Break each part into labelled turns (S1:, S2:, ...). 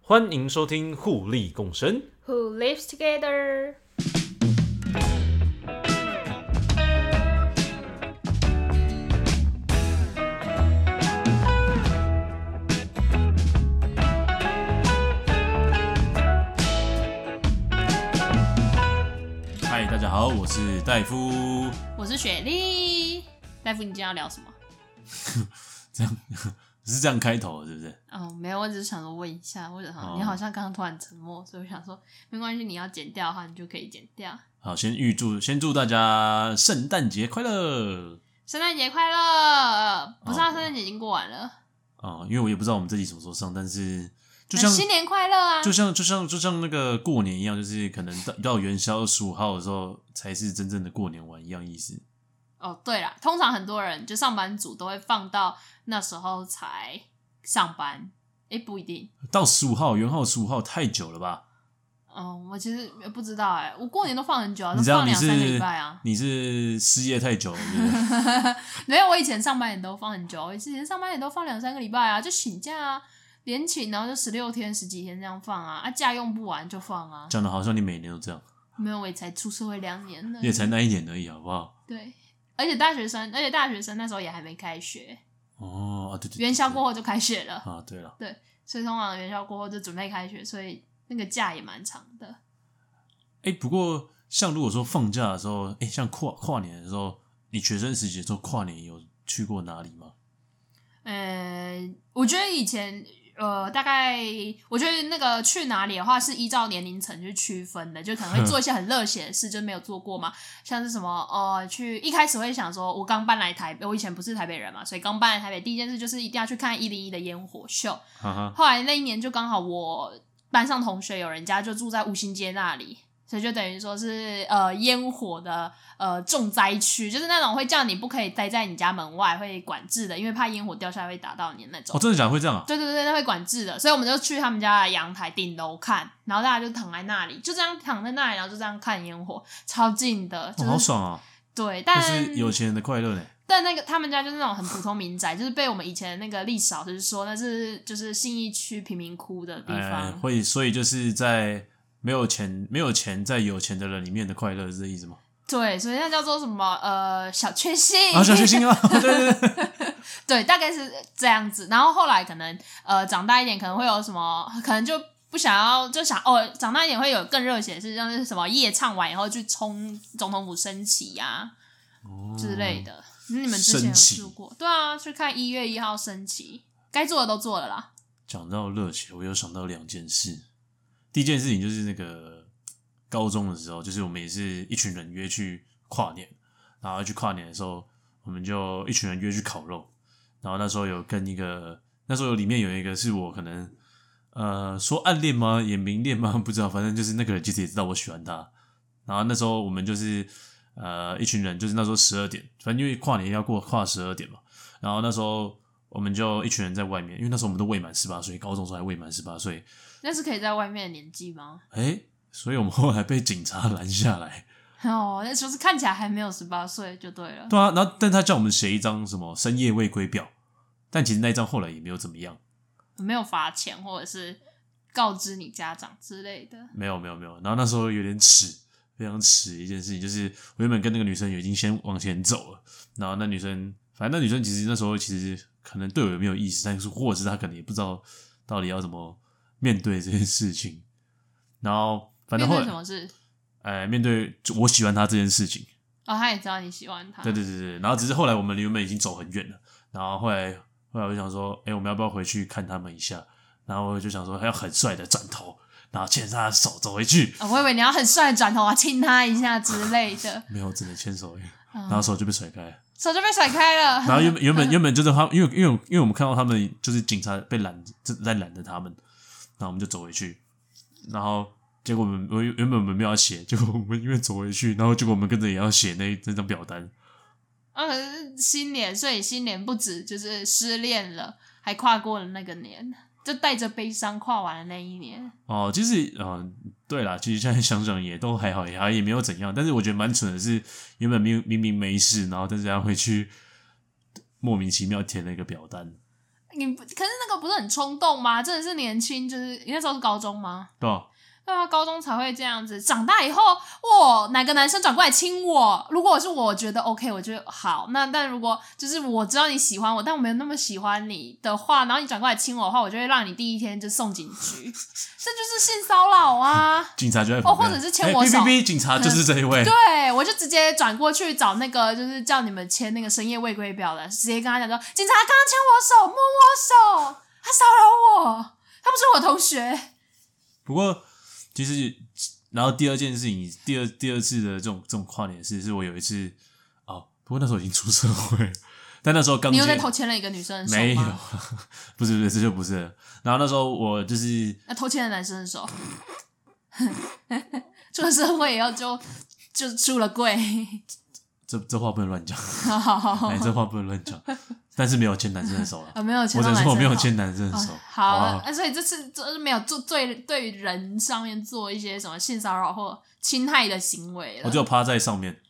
S1: 欢迎收听互利共生。
S2: Who lives together？
S3: 嗨，大家好，我是戴夫。
S2: 我是雪莉。大夫，你今天要聊什么？
S3: 这样 是这样开头的是不是？
S2: 哦，没有，我只是想说问一下，我想说
S3: 哦
S2: 你好像刚刚突然沉默，所以我想说没关系，你要剪掉的话，你就可以剪掉。
S3: 好，先预祝先祝大家圣诞节快乐
S2: 圣诞节快乐！不是啊，
S3: 哦
S2: 圣诞节已经过完了，
S3: 啊、因为我也不知道我们这集什么时候上，但是就
S2: 那
S3: 像
S2: 新年快乐啊！
S3: 就像就像就像那个过年一样，就是可能到到元宵二十五号的时候才是真正的过年玩一样意思。
S2: 哦，对啦，通常很多人就上班族都会放到那时候才上班，诶，不一定。
S3: 到十五号元号十五号太久了吧？
S2: 嗯，我其实不知道哎、我过年都放很久啊，都
S3: 你知道
S2: 放
S3: 你
S2: 两
S3: 是
S2: 三个礼拜啊。
S3: 你是失业太久了，对不对？
S2: 没有，我以前上班也都放很久，我以前上班也都放两三个礼拜啊，就请假啊，连请然后就十六天、十几天这样放啊，啊假用不完就放啊。
S3: 讲的好像你每年都这 样，
S2: 没有，我也才出社会两年呢
S3: 你。也才那一年而已，好不好？
S2: 对，而且大学生，而且大学生那时候也还没开学，
S3: 哦，啊对对对，
S2: 元宵过
S3: 后
S2: 后就开学了，
S3: 啊，对了。
S2: 所以通常元宵过后就准备开学，所以那个假也蛮长的。
S3: 哎、不过像如果说放假的时候，哎、像跨跨年的时候，你学生时期的时候跨年有去过哪里吗？
S2: 呃，我觉得以前呃，大概我觉得那个去哪里的话是依照年龄层去区分的，就可能会做一些很热血的事，就没有做过嘛，像是什么呃，去一开始会想说，我刚搬来台北，我以前不是台北人嘛，所以刚搬来台北第一件事就是一定要去看一零一的烟火秀。
S3: 哈哈，
S2: 后来那一年就刚好我班上同学有人家就住在五星街那里。所以就等于说是呃烟火的呃重灾区，就是那种会叫你不可以待在你家门外，会管制的，因为怕烟火掉下来会打到你那种
S3: 哦，。真的假的会这样啊？
S2: 对对对，那会管制的，所以我们就去他们家的阳台顶楼看，然后大家就躺在那里，就这样躺在那里，然后就这样看烟火，超近的，就
S3: 哦，
S2: 是、
S3: 好爽啊！
S2: 对，
S3: 那
S2: 但
S3: 是有钱人的快乐呢。
S2: 但那个他们家就是那种很普通民宅，就是被我们以前那个历史老师说那是就是信义区贫民窟的地
S3: 哎，
S2: 方。
S3: 会，所以就是在没有钱、没有钱在有钱的人里面的快乐是这意思吗？
S2: 对，所以那叫做什么呃小确幸，
S3: 啊，小确幸啊！
S2: 哎
S3: 对对对，
S2: 对，大概是这样子。然后后来可能呃长大一点，可能会有什么，可能就不想要，就想哦，长大一点会有更热血的事，像是什么夜唱完以后去冲总统府升旗呀、之类的。你们之前有
S3: 嗯升旗
S2: 去过？对啊，去看一月一号升旗，该做的都做了啦。
S3: 讲到热血，我有想到两件事。第一件事情就是那个高中的时候，就是我们也是一群人约去跨年，然后去跨年的时候，我们就一群人约去烤肉。然后那时候有跟一个，那时候有里面有一个是我可能呃说暗恋吗，也明恋吗，不知道，反正就是那个人其实也知道我喜欢他。然后那时候我们就是呃一群人，就是那时候十二点，反正因为跨年要过跨十二点嘛，然后那时候我们就一群人在外面，因为那时候我们都未满十八岁，高中时候还未满十八岁，
S2: 那是可以在外面的年纪吗？
S3: 诶，所以我们后来被警察拦下来。
S2: 哦，那时候是看起来还没有十八岁就对了。
S3: 对啊，然后但他叫我们写一张什么深夜未归表，但其实那一张后来也没有怎么样，
S2: 没有罚钱或者是告知你家长之类的。
S3: 没有没有没有。然后那时候有点耻，非常耻一件事情，就是我原本跟那个女生已经先往前走了，然后那女生，反正那女生其实那时候其实可能对我也没有意思，但是或者是她可能也不知道到底要怎么面对这件事情。 然后反正
S2: 面
S3: 后
S2: 对
S3: 来
S2: 什么事？
S3: 哎，面对就我喜欢他这件事情，
S2: 哦，他也知道你喜欢他。
S3: 对对对对，然后只是后来我们原本已经走很远了，然后后来后来我就想说，哎、我们要不要回去看他们一下？然后我就想说，哎还要很帅的转头，然后牵着他的手走回去，
S2: 哦，我以为你要很帅地转头啊，亲他一下之类的，
S3: 没有，只能牵手而已，
S2: 嗯
S3: 然后手就被甩开了。
S2: 手就被甩开了。
S3: 然后原本原本原本就是他，因为因为因为我们看到他们就是警察被拦，正在拦着他们，然后我们就走回去，然后结果我们我原本我们没有要写，结果我们因为走回去，然后结果我们跟着也要写那那张表单，
S2: 啊，可是新年，所以新年不止就是失恋了，还跨过了那个年，就带着悲伤跨完了那一年。
S3: 哦，其实，嗯、对啦，其实现在想想也都还好，也还也没有怎样。但是我觉得蛮蠢的是，原本明明明没事，然后但是他会去莫名其妙填了一个表单。
S2: 你不可是那个不是很冲动吗？真的是年轻，就是你那时候是高中吗？
S3: 对吧？
S2: 对啊，高中才会这样子。长大以后，哇，哪个男生转过来亲我？如果我是我，我觉得 OK，我觉得好。那但如果就是我知道你喜欢我，但我没有那么喜欢你的话，然后你转过来亲我的话，我就会让你第一天就送警局，这就是性骚扰啊！
S3: 警察就在旁边，
S2: 哦或者是牵我手嗯
S3: 哎哔哔哔，警察就是这一位，
S2: 对，啊我就直接转过去找那个，就是叫你们签那个深夜未归表的，直接跟他讲说，警察刚刚牵我手，摸我手，他骚扰我，他不是我同学。
S3: 不过其实，然后第二件事情，第二第二次的这种这种跨年事，是我有一次哦，不过那时候已经出社会了，但那时候刚
S2: 你又
S3: 进
S2: 在偷牵了一个女生的手
S3: 没有
S2: 吗？，
S3: 不是不是，这就不是了。然后那时候我就是
S2: 那偷牵了男生的手，出了社会以后就就出了柜，
S3: 这这话不能乱讲，
S2: 好好好好
S3: 哎，这话不能 乱讲，但是没有牵男生的手了。
S2: 啊，没有
S3: 我
S2: 牵
S3: 只
S2: 到
S3: 能
S2: 男
S3: 说
S2: 生的
S3: 我没有
S2: 手
S3: 牵男生的手哦
S2: 啊，
S3: 好不
S2: 好，
S3: 好
S2: 那所以这次就是没有做对对人上面做一些什么性骚扰或侵害的行为了，
S3: 我就趴在上面，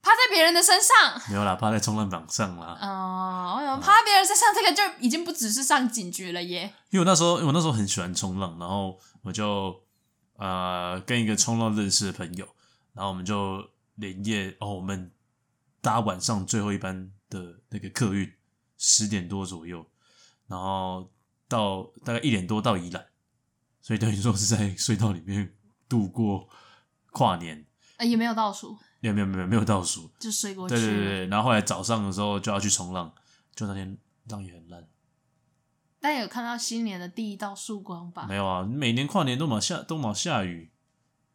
S2: 趴在别人的身上。
S3: 没有啦，趴在冲浪板上啦。
S2: 哦，为什么趴在别人身上？这个就已经不只是上警局了耶。
S3: 因为我那时候，因为我那时候很喜欢冲浪，然后我就呃跟一个冲浪认识的朋友，然后我们就连夜哦，我们搭晚上最后一班的那个客运，十点多左右，然后到大概一点多到宜兰，所以等于说是在隧道里面度过跨年，
S2: 呃，也没有倒数，
S3: 没有没有没有没有倒数，
S2: 就睡过去。
S3: 对对对，对然后后来早上的时候就要去冲浪，就那天浪也很烂。
S2: 但有看到新年的第一道曙光吧
S3: 没？有啊，每年跨年都嘛下都嘛下雨，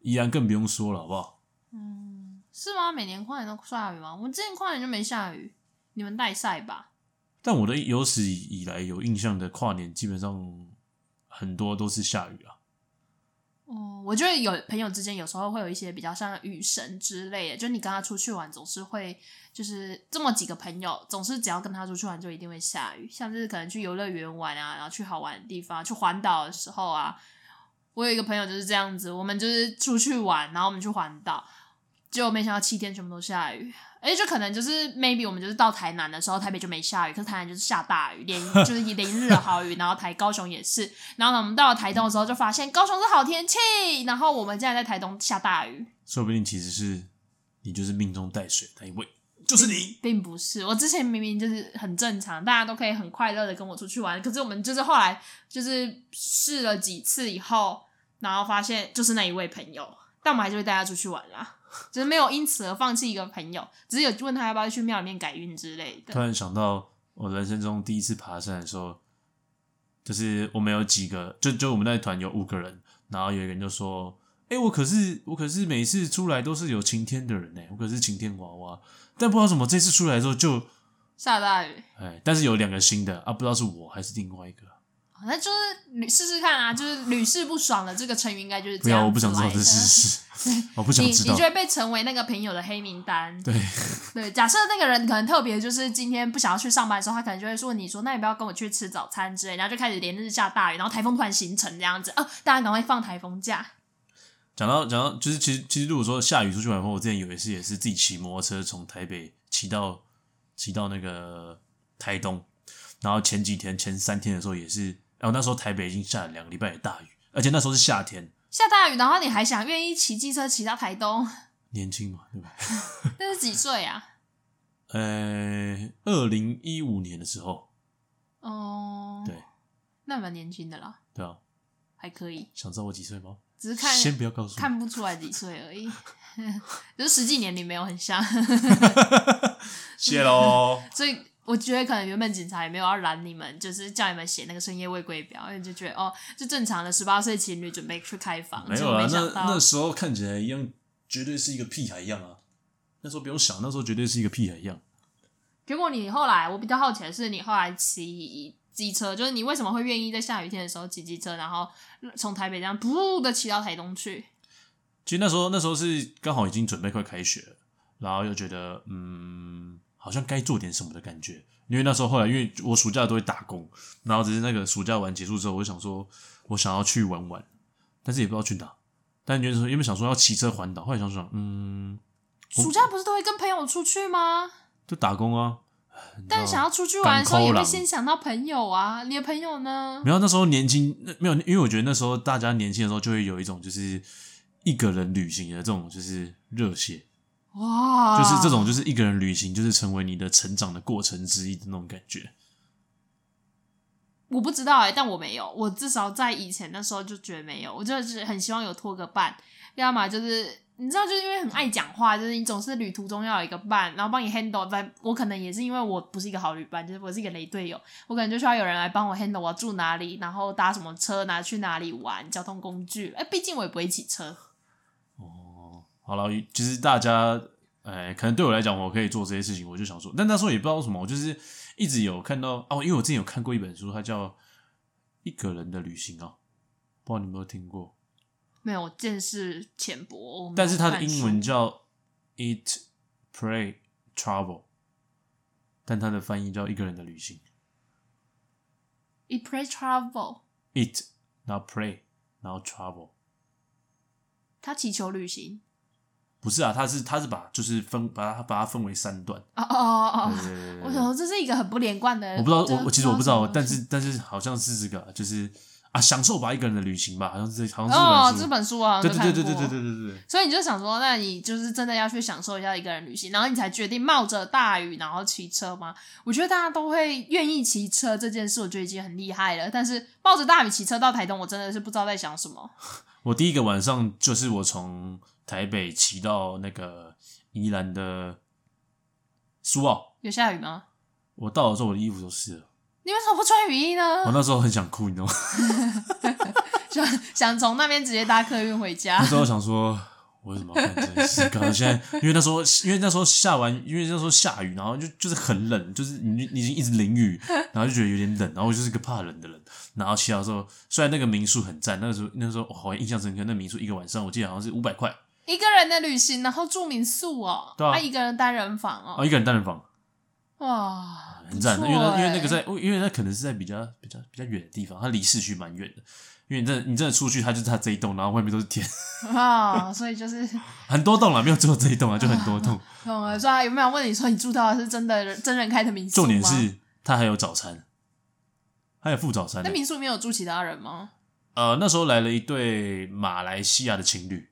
S3: 依然更不用说了，好不好？
S2: 嗯，是吗？每年跨年都下雨吗？我之前跨年就没下雨，你们带晒吧。
S3: 但我的有史以来有印象的跨年，基本上很多都是下雨啊。
S2: 哦，我觉得有朋友之间有时候会有一些比较像雨神之类的，就你跟他出去玩，总是会就是这么几个朋友，总是只要跟他出去玩就一定会下雨，像是可能去游乐园玩啊，然后去好玩的地方，去环岛的时候啊，我有一个朋友就是这样子，我们就是出去玩，然后我们去环岛，结果没想到七天全部都下雨。而且就可能就是 maybe 我们就是到台南的时候，台北就没下雨，可是台南就是下大雨，连就是连日有好雨，然后台高雄也是，然后呢我们到了台东的时候就发现高雄是好天气，然后我们竟然在台东下大雨，
S3: 说不定其实是你就是命中带水的那一位，就是你。
S2: 并不是，我之前明明就是很正常，大家都可以很快乐的跟我出去玩，可是我们就是后来就是试了几次以后，然后发现就是那一位朋友， 但我们还是会带他出去玩啦，就是没有因此而放弃一个朋友，只是有问他要不要去庙里面改运之类
S3: 突
S2: 的。
S3: 然想到，我人生中第一次爬山的时候，就是我们有几个，就就我们那一团有五个人，然后有一个人就说：“哎、我可是我可是每次出来都是有晴天的人呢、我可是晴天娃娃。”但不知道怎么这次出来的时候就
S2: 下大雨，
S3: 哎，但是有两个新的啊，不知道是我还是另外一个。
S2: 那就是屡试试看啊，就是屡试不爽的这个成语应该就是
S3: 不
S2: 这样
S3: 要，
S2: 子
S3: 我不想知道
S2: 来
S3: 这
S2: 的
S3: 事实， 我不想
S2: 你
S3: 知
S2: 你
S3: 道
S2: 就。会被成为那个朋友的黑名单。
S3: 对，
S2: 对，假设那个人可能特别就是今天不想要去上班的时候，他可能就会说你说那你不要跟我去吃早餐之类，然后就开始连日下大雨，然后台风突然形成这样子啊，大家赶快放台风假。
S3: 讲到讲到，就是其实其实如果说下雨出去玩的话，我之前有一次也是自己骑摩托车从台北骑到骑到那个台东，然后前几天前三天的时候也是，然后那时候台北已经下了两个礼拜的大雨，而且那时候是夏天，
S2: 下大雨，然后你还想愿意骑机车骑到台东？
S3: 年轻嘛，对吧？
S2: 那是几岁啊？
S3: 呃，二零一五年的时候，
S2: 哦、
S3: 对，
S2: 那蛮年轻的啦，
S3: 对啊，
S2: 还可以，
S3: 想知道我几岁吗？
S2: 只是看
S3: 先不要告诉我，
S2: 看不出来几岁而已， 就是实际年龄没有很像。
S3: 谢 喽。
S2: 所以我觉得可能原本警察也没有要拦你们，就是叫你们写那个深夜未归表，因为你就觉得哦，就正常的十八岁情侣准备去开房，
S3: 没
S2: 结
S3: 有
S2: 果
S3: 啦
S2: 没，
S3: 那
S2: 想到
S3: 那时候看起来一样，绝对是一个屁孩一样啊。那时候不用想，那时候绝对是一个屁孩一样。
S2: 结果你后来，我比较好奇的是，你后来骑机车，就是你为什么会愿意在下雨天的时候骑机车，然后从台北这样噗的骑到台东去？
S3: 其实那时候那时候是刚好已经准备快开学了，然后又觉得嗯，好像该做点什么的感觉。因为那时候后来，因为我暑假都会打工，然后只是那个暑假完结束之后，我就想说，我想要去玩玩，但是也不知道去哪。但就是原本想说要骑车环岛，后来想想，嗯，
S2: 暑假不是都会跟朋友出去吗？
S3: 就打工啊，
S2: 但想要出去玩的时候，
S3: 港口
S2: 也会
S3: 郎
S2: 先想到朋友啊。你的朋友呢？
S3: 没有那时候年轻，那没有，因为我觉得那时候大家年轻的时候就会有一种就是一个人旅行的这种就是热血，
S2: 哇，
S3: 就是这种就是一个人旅行就是成为你的成长的过程之一的那种感觉。
S2: 我不知道哎、但我没有，我至少在以前那时候就觉得没有，我就是很希望有拖个伴，要么就是你知道，就是因为很爱讲话，就是你总是旅途中要有一个伴，然后帮你 handle 在。我可能也是因为我不是一个好旅伴，就是我是一个雷队友，我可能就需要有人来帮我 handle 我要住哪里，然后搭什么车，拿去哪里玩，交通工具。哎、毕竟我也不会骑车。
S3: 哦好了，就是大家，呃，可能对我来讲，我可以做这些事情，我就想说，但那时候也不知道为什么，我就是一直有看到哦，因为我之前有看过一本书，它叫《一个人的旅行》哦，不知道你有没有听过？
S2: 没有，我见识浅薄。我没有
S3: 但是它的
S2: 看
S3: 英文
S2: 书
S3: 叫 Eat, Pray, Travel，但它的翻译叫《一个人的旅行
S2: It Pray Travel，》
S3: ，Eat，然后 Pray，然后 Travel。
S2: 他祈求旅行。
S3: 不是啊，它是它是把就是分把它把它分为三段，
S2: 哦哦哦哦。
S3: 对对对对对
S2: 我想说这是一个很不连贯的，
S3: 我不知道，
S2: 就是
S3: 我我其实我不知
S2: 什
S3: 道，
S2: 么
S3: 但是但是好像是这个，就是啊，享受吧一个人的旅行吧，好像是这好
S2: 哦
S3: 像，是
S2: 这
S3: 这本
S2: 本书啊，
S3: 书，对对对对
S2: 我
S3: 对对
S2: 都看过
S3: 对对对，
S2: 所以你就想说，那你就是真的要去享受一下一个人旅行，然后你才决定冒着大雨然后骑车吗？我觉得大家都会愿意骑车这件事，我觉得已经很厉害了。但是冒着大雨骑车到台东，我真的是不知道在想什么。
S3: 我第一个晚上就是我从台北骑到那个宜兰的苏澳，
S2: 有下雨吗？
S3: 我到的时候我的衣服都湿了，
S2: 你为什么不穿雨衣
S3: 我
S2: 呢？
S3: 那时候很想哭，你知道吗？
S2: 想想从那边直接搭客运回家
S3: 那。时候想说。我为什么要看这件事？搞得现在，因为那时候，因为那时候下完，因为那时候下雨，然后就就是很冷，就是你你已经一直淋雨，然后就觉得有点冷，然后我就是个怕冷的人。然后骑到之后，虽然那个民宿很赞，那个时候那时候我好像印象深刻，那民宿一个晚上我记得好像是五百块，
S2: 一个人的旅行，然后住民宿哦，
S3: 对啊
S2: 一个人单人房
S3: 然后
S2: 哦，
S3: 一个人单人房，
S2: 哇，
S3: 很赞。
S2: 不
S3: 因
S2: 错
S3: 为那因为那
S2: 欸
S3: 个在，因为那可能是在比较比较比较远的地方，它离市区蛮远的。因为你真的你真的出去，它就是它这一栋，然后外面都是田，
S2: 啊，所以就是
S3: 很多栋了，没有只有这一栋啊，就很多栋。
S2: 懂了，说有没有问你说你住到的是真的人真人开的民宿
S3: 重
S2: 吗？
S3: 点是它还有早餐，还有附早餐
S2: 那
S3: 呢、
S2: 民宿里面有住其他人吗？
S3: 呃，那时候来了一对马来西亚的情侣，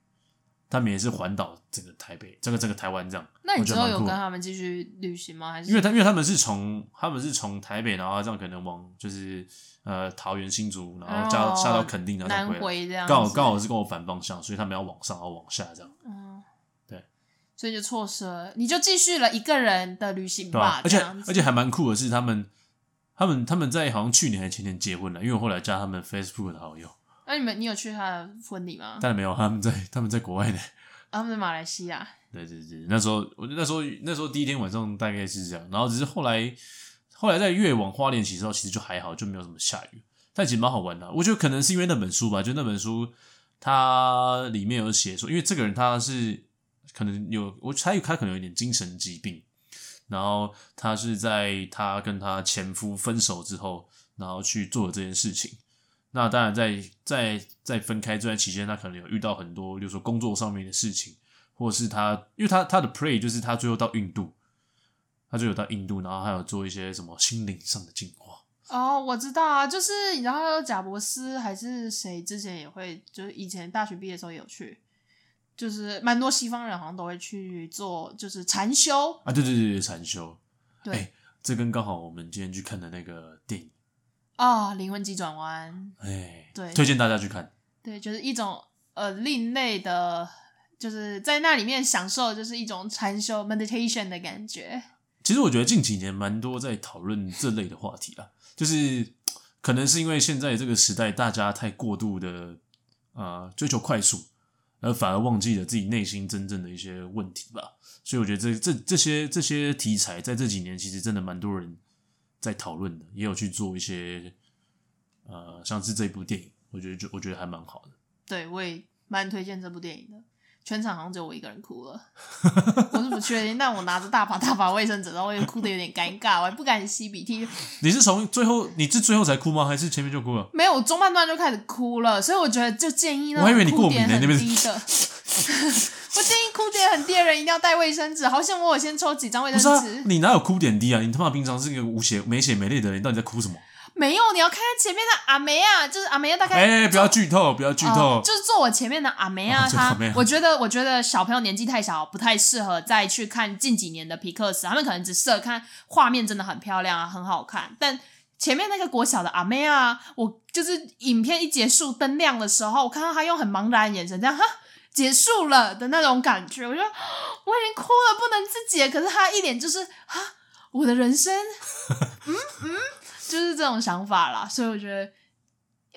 S3: 他们也是环岛整个台北，整个整个台湾这样。
S2: 那你
S3: 我觉
S2: 之
S3: 得
S2: 后
S3: 蛮
S2: 有
S3: 酷
S2: 跟
S3: 的
S2: 他们继续旅行吗？还是
S3: 因为他因为他们是从他们是从台北，然后这样可能往就是呃桃园新竹，然后下到、
S2: 哦
S3: 下到垦丁，然后
S2: 南
S3: 再回来。
S2: 回这样子？
S3: 刚好刚好是跟我反方向，所以他们要往上，然后往下这样，
S2: 嗯，
S3: 对，
S2: 所以就错失了，你就继续了一个人的旅行
S3: 对吧
S2: 吧？？
S3: 而且
S2: 这样子
S3: 而且还蛮酷的是，他们他们他们在好像去年还前年结婚了，因为我后来加他们 Facebook 的好友，
S2: 那你们你有去他的婚礼吗？啊
S3: 但没有他们在他们在国外呢。
S2: 他们在马来西亚，
S3: 对对对，那时候我那时候那时候第一天晚上大概是这样，然后只是后来后来在越往花莲骑的时候，其实就还好，就没有什么下雨，但其实蛮好玩的啊。我觉得可能是因为那本书吧，就那本书它里面有写说，因为这个人他是可能有我猜他可能有一点精神疾病，然后他是在他跟他前夫分手之后，然后去做这件事情。那当然在，在在分开这段期间，他可能有遇到很多，比如说工作上面的事情，或者是他，因为他他的 pray 就是他最后到印度，他最后到印度，然后还有做一些什么心灵上的进化。
S2: 哦，我知道啊，就是你知道贾伯斯还是谁之前也会，就是以前大学毕业的时候也有去，就是蛮多西方人好像都会去做，就是禅修。
S3: 啊，对对对对，禅修，
S2: 对，
S3: 哎这跟刚好我们今天去看的那个电影，
S2: 啊、灵魂急转弯，
S3: 哎，
S2: 对
S3: 推荐大家去看。
S2: 对，就是一种呃另类的，就是在那里面享受，就是一种禅修 meditation 的感觉。
S3: 其实我觉得近几年蛮多在讨论这类的话题啊，就是可能是因为现在这个时代大家太过度的呃追求快速，而反而忘记了自己内心真正的一些问题吧。所以我觉得这这这些这些题材在这几年其实真的蛮多人在讨论的，也有去做一些呃像是这部电影，我觉得就我觉得还蛮好的。
S2: 对，我也蛮推荐这部电影的。全场好像只有我一个人哭 了，我是不确定。但我拿着大把大把卫生纸，然后我也哭的有点尴尬，我还不敢吸鼻涕，
S3: 你是从最后你是最后才哭吗？还是前面就哭了？
S2: 没有，我中半段就开始哭了，所以我觉得就建议那
S3: 我还以为
S2: 种
S3: 你
S2: 哭
S3: 过敏
S2: 点
S3: 呢
S2: 很
S3: 那边
S2: 低的，我建议哭点很低的人一定要带卫生纸，好想我有先抽几张卫
S3: 不是啊
S2: 生纸，。
S3: 你哪有哭点低啊？你他妈平常是一个无血没血没泪的人，你到底在哭什么？
S2: 没有，你要看看前面的阿梅啊，就是阿梅啊，大概
S3: 哎、不要剧透，不要剧透。
S2: 呃就是坐我前面的阿梅啊，
S3: 哦坐
S2: 她
S3: 阿梅啊
S2: 我觉得我觉得小朋友年纪太小，不太适合再去看近几年的皮克斯，他们可能只适合看画面真的很漂亮啊，很好看，但。前面那个国小的阿妹啊，我就是影片一结束灯亮的时候，我看到她用很茫然的眼神，这样哈结束了的那种感觉，我 就我已经哭了不能自己了，可是她一脸就是哈我的人生，嗯嗯，就是这种想法啦，所以我觉得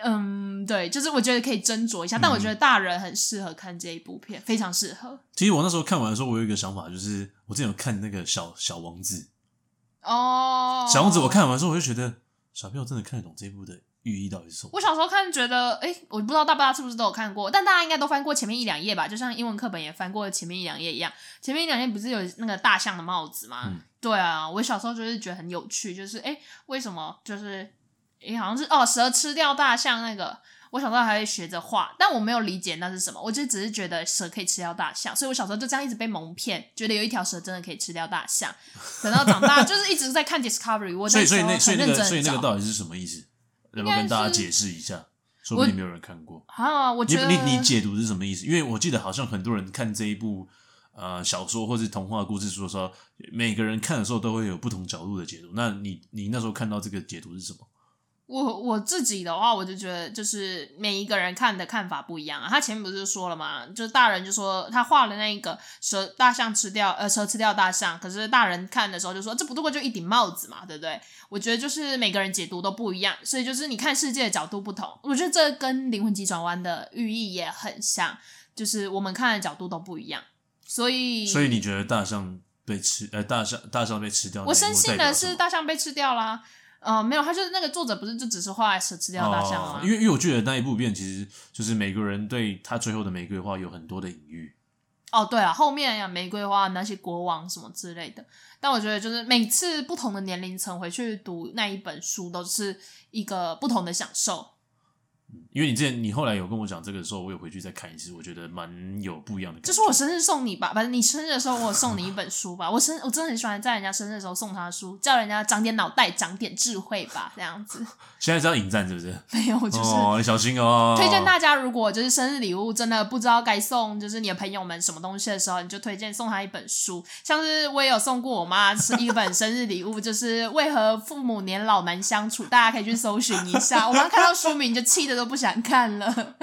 S2: 嗯，对，就是我觉得可以斟酌一下，但我觉得
S3: 嗯
S2: 大人很适合看这一部片，非常适合
S3: 其实我那时候看完的时候，我有一个想法，就是我之前有看那个小小王子，
S2: 哦。
S3: 小王子，我，看完之后我就觉得，小朋友真的看得懂这一部的寓意到底是什么
S2: 我？小时候看觉得，哎，我不知道大家是不是都有看过，但大家应该都翻过前面一两页吧，就像英文课本也翻过前面一两页一样。前面一两页不是有那个大象的帽子吗？
S3: 嗯
S2: 对啊，我小时候就是觉得很有趣，就是哎，诶为什么就是，哎，好像是哦，蛇吃掉大象那个。我小时候还会学着画，但我没有理解那是什么，我就只是觉得蛇可以吃掉大象，所以我小时候就这样一直被蒙骗，觉得有一条蛇真的可以吃掉大象。等到长大，就是一直在看 Discovery，我
S3: 所
S2: 在
S3: 以，所以
S2: 小时候
S3: 那所以
S2: 很
S3: 那
S2: 认
S3: 个
S2: 真
S3: 所以
S2: 地
S3: 那个
S2: 找。
S3: 到底是什么意思？要不
S2: 应
S3: 要
S2: 该
S3: 跟大家
S2: 是
S3: 解释一下？说不定没有人看过。
S2: 啊，我
S3: 你
S2: 觉得
S3: 你你解读是什么意思？因为我记得好像很多人看这一部呃小说或是童话故事书的时候，每个人看的时候都会有不同角度的解读。那你你那时候看到这个解读是什么？
S2: 我我自己的话，我就觉得就是每一个人看的看法不一样啊。他前面不是说了嘛，就是大人就说他画了那一个蛇大象吃掉呃蛇吃掉大象，可是大人看的时候就说这不过就一顶帽子嘛，对不对？我觉得就是每个人解读都不一样，所以就是你看世界的角度不同。我觉得这跟《灵魂急转弯》的寓意也很像，就是我们看的角度都不一样，所以
S3: 所以你觉得大象被吃呃大象大象被吃掉那一幕
S2: 我
S3: 代表什么？
S2: 深信的是大象被吃掉啦。呃，没有，他就是那个作者，不是就只是画蛇吃掉大象啊吗？
S3: 哦因为因为我觉得那一部片其实就是每个人对他最后的玫瑰花有很多的隐喻。
S2: 哦，对啊，后面呀，玫瑰花那些国王什么之类的，但我觉得就是每次不同的年龄层回去读那一本书，都是一个不同的享受。
S3: 因为你之前你后来有跟我讲这个的时候，我有回去再看一次，我觉得蛮有不一样的感觉。
S2: 就是我生日送你吧，反正你生日的时候我有送你一本书吧。我生我真的很喜欢在人家生日的时候送他书，叫人家长点脑袋，长点智慧吧，这样子。
S3: 现在是要引战是不是？
S2: 没有，就是、
S3: 哦，你小心哦。
S2: 推荐大家，如果就是生日礼物真的不知道该送，就是你的朋友们什么东西的时候，你就推荐送他一本书。像是我也有送过我妈是一本生日礼物，就是《为何父母年老难相处》，大家可以去搜寻一下。我妈看到书名就气的都不想看了。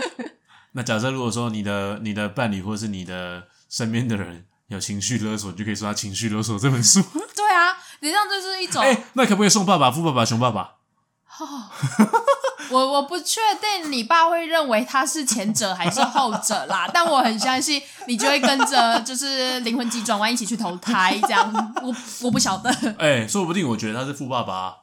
S3: 那假设如果说你的你的伴侣或是你的身边的人有情绪勒索，你就可以说他情绪勒索这本书。
S2: 对啊，你这样就是一 种，
S3: 哎、那可不可以送爸爸、富爸爸、熊爸爸？
S2: 我我不确定你爸会认为他是前者还是后者啦，但我很相信你就会跟着就是灵魂急转弯一起去投胎这样。我我不晓得。
S3: 哎、说不定我觉得他是富爸爸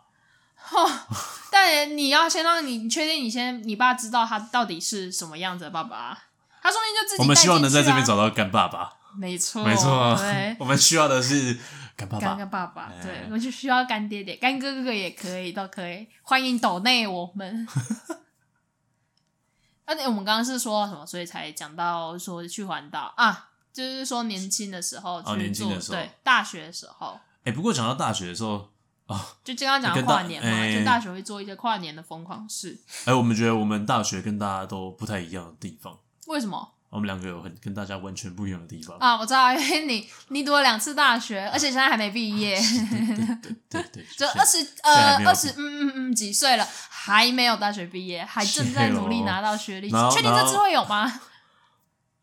S3: 啊、
S2: 但你要先让你确定，你先你爸知道他到底是什么样子的爸爸啊，他说不定就自己、
S3: 我们希望能在这边，找到干爸爸，
S2: 啊没错，
S3: 没错
S2: 对，，
S3: 我们需要的是干爸
S2: 干
S3: 爸
S2: 个。爸爸，对
S3: 哎
S2: 我就需要干爹爹，干哥哥也可以，都可以，欢迎抖内我 们。而且我们刚刚是说什么，所以才讲到说去环岛啊，就是说年轻的时候去做，
S3: 哦年轻的时候
S2: 对，大学的时候，
S3: 哎、不过讲到大学的时候啊，
S2: 就刚刚讲
S3: 跟
S2: 到
S3: 大
S2: 跨年嘛，
S3: 哎
S2: 就大学会做一些跨年的疯狂事，
S3: 哎、我们觉得我们大学跟大家都不太一样的地方，
S2: 为什么？
S3: 我们两个有很跟大家完全不一样的地方。
S2: 啊，我知道，因为你你读了两次大学，而且现在还没毕业，
S3: 对对对对对，
S2: 就
S3: 谢
S2: 二十
S3: 啊现在
S2: 呃
S3: 还没有
S2: 二十嗯嗯嗯几岁了，还没有大学毕业，还正在努力拿到学历，
S3: 然后
S2: 确定
S3: 哦然
S2: 这
S3: 后
S2: 次会有吗？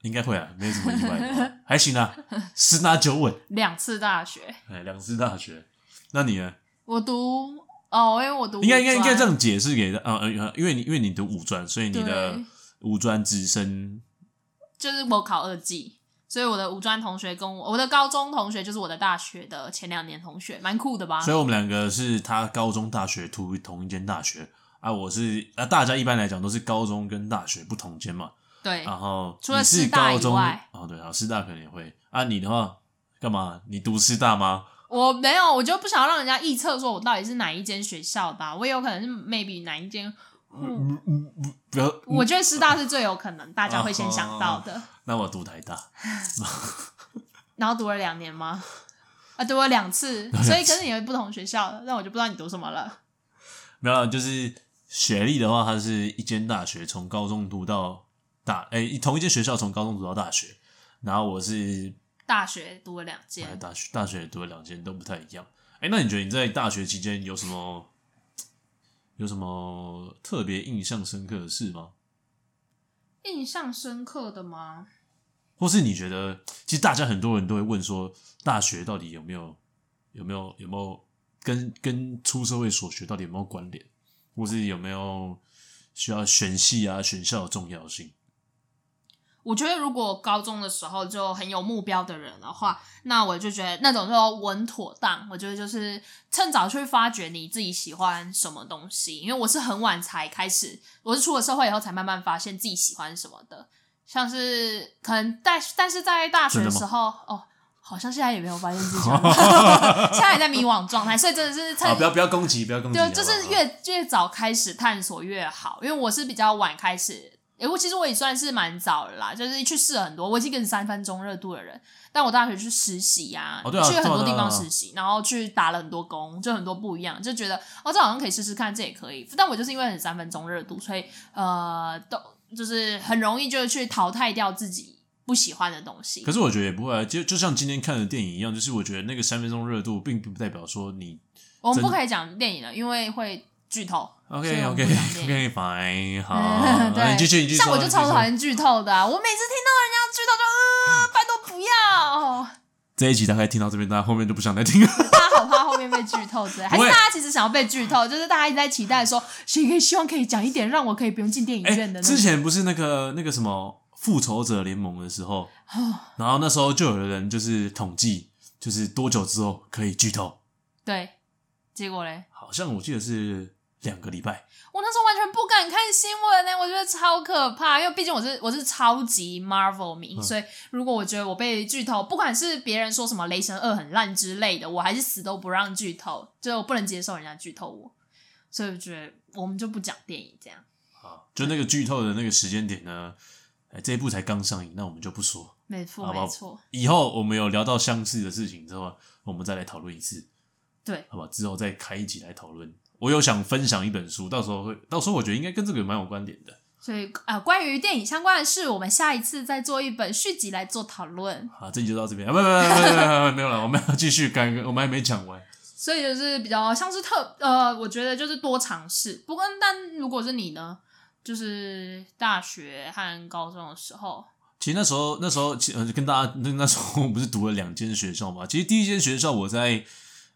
S3: 应该会啊，没什么意外吧，还行啊，十拿九稳。
S2: 两次大学，
S3: 哎，两次大学，那你呢？
S2: 我读哦，因为我读
S3: 应该应该
S2: 五
S3: 应
S2: 专
S3: 该这样解释给啊呃，呃因为你因为你读五专，所以你的
S2: 对
S3: 五专直升
S2: 就是我考二技，所以我的五专同学跟我我的高中同学就是我的大学的前两年同学，蛮酷的吧？
S3: 所以我们两个是他高中、大学读同一间大学啊，我是啊，大家一般来讲都是高中跟大学不同间嘛，
S2: 对，
S3: 然后
S2: 除了
S3: 你是
S2: 师大以
S3: 高中
S2: 外
S3: 哦，对啊，师大可能也会啊，你的话干嘛？你读师大吗？
S2: 我没有，我就不想要让人家臆测说我到底是哪一间学校的啊、我也有可能是 maybe 哪一间
S3: 嗯嗯嗯，不要，
S2: 我觉得师大是最有可能大家会先想到的。
S3: 那我读台大，
S2: 然后读了两年吗？啊，读了两次，所以跟你们不同学校的，那我就不知道你读什么了。
S3: 没有啦，啊就是学历的话，它是一间大学从高中读到大，哎、同一间学校从高中读到大学。然后我是
S2: 大学读了两
S3: 哎
S2: 届，
S3: 大学大学读了两间都不太一样。哎、那你觉得你在大学期间有什么有什么特别印象深刻的事吗？
S2: 印象深刻的吗？
S3: 或是你觉得，其实大家很多人都会问说，大学到底有没有有没有有没有跟跟出社会所学到底有没有关联，或是有没有需要选系啊选校的重要性？
S2: 我觉得如果高中的时候就很有目标的人的话，那我就觉得那种就稳妥当。我觉得就是趁早去发掘你自己喜欢什么东西，因为我是很晚才开始，我是出了社会以后才慢慢发现自己喜欢什么的。像是可能在，但是在大学的时候，哦，好像现在也没有发现自己喜欢 什么，现在也在迷惘状态，所以真的是趁、
S3: 啊，不啊要不要攻击，不要攻击，
S2: 对，就是
S3: 好不好
S2: 越越早开始探索越好，因为我是比较晚开始。诶、我其实我也算是蛮早了啦，就是去试了很多，我已经跟三分钟热度的人。但我大学去实习呀、
S3: 哦对啊
S2: 去很
S3: 对
S2: 多
S3: 啊
S2: 地方
S3: 对啊
S2: 实习，然后去打了很多工，就很多不一样，就觉得哦，这好像可以试试看，这也可以。但我就是因为很三分钟热度，所以呃，都就是很容易就去淘汰掉自己不喜欢的东西
S3: 可。是我觉得也不会啊，就就像今天看的电影一样，就是我觉得那个三分钟热度，并不代表说你
S2: 我们
S3: 真
S2: 不可以讲电影了，因为会剧透。所以
S3: OK
S2: 我们
S3: OK
S2: 不讲电影
S3: OK fine 好，
S2: 嗯
S3: 那
S2: 对，
S3: 哦你继续你继续说，
S2: 像我就
S3: 你继续
S2: 超
S3: 说
S2: 讨厌剧透的啊、我每次听到人家剧透就，呃，拜托不要，
S3: 这一集大概听到这边，大家后面就不想再听了。
S2: 大家好怕后面被剧透之类，还
S3: 不
S2: 是
S3: 会
S2: 大家其实想要被剧透，就是大家一直在期待说，谁可以希望可以讲一点让我可以不用进电影
S3: 哎、
S2: 院的那种
S3: 之前不是那个那个什么复仇者联盟的时候，然后那时候就有人就是统计，就是多久之后可以剧透，
S2: 对，结果嘞，
S3: 好像我记得是两个礼拜。
S2: 我那时候完全不敢看新闻欸呢、我觉得超可怕，因为毕竟我是我是超级 Marvel 迷，
S3: 嗯
S2: 所以如果我觉得我被剧透，不管是别人说什么雷神二很烂之类的，我还是死都不让剧透，就是我不能接受人家剧透我，所以我觉得我们就不讲电影这样。
S3: 啊，就那个剧透的那个时间点 呢，哎，这一部才刚上映，那我们就不说。
S2: 没错，
S3: 好吧
S2: 没错，
S3: 以后我们有聊到相似的事情之后，我们再来讨论一次，
S2: 对，
S3: 好吧？之后再开一集来讨论。我有想分享一本书，到时候会，到时候我觉得应该跟这个蛮有关联的。
S2: 所以啊、呃关于电影相关的事，我们下一次再做一本续集来做讨论。
S3: 好，这集就到这边，啊，不不不不不不，没有了，我们要继续刚刚我们还没讲完。
S2: 所以就是比较像是特呃，我觉得就是多尝试。不过，但如果是你呢，就是大学和高中的时候，
S3: 其实那时候，那时候，其呃，跟大家那那时候我不是读了两间学校嘛？其实第一间学校我在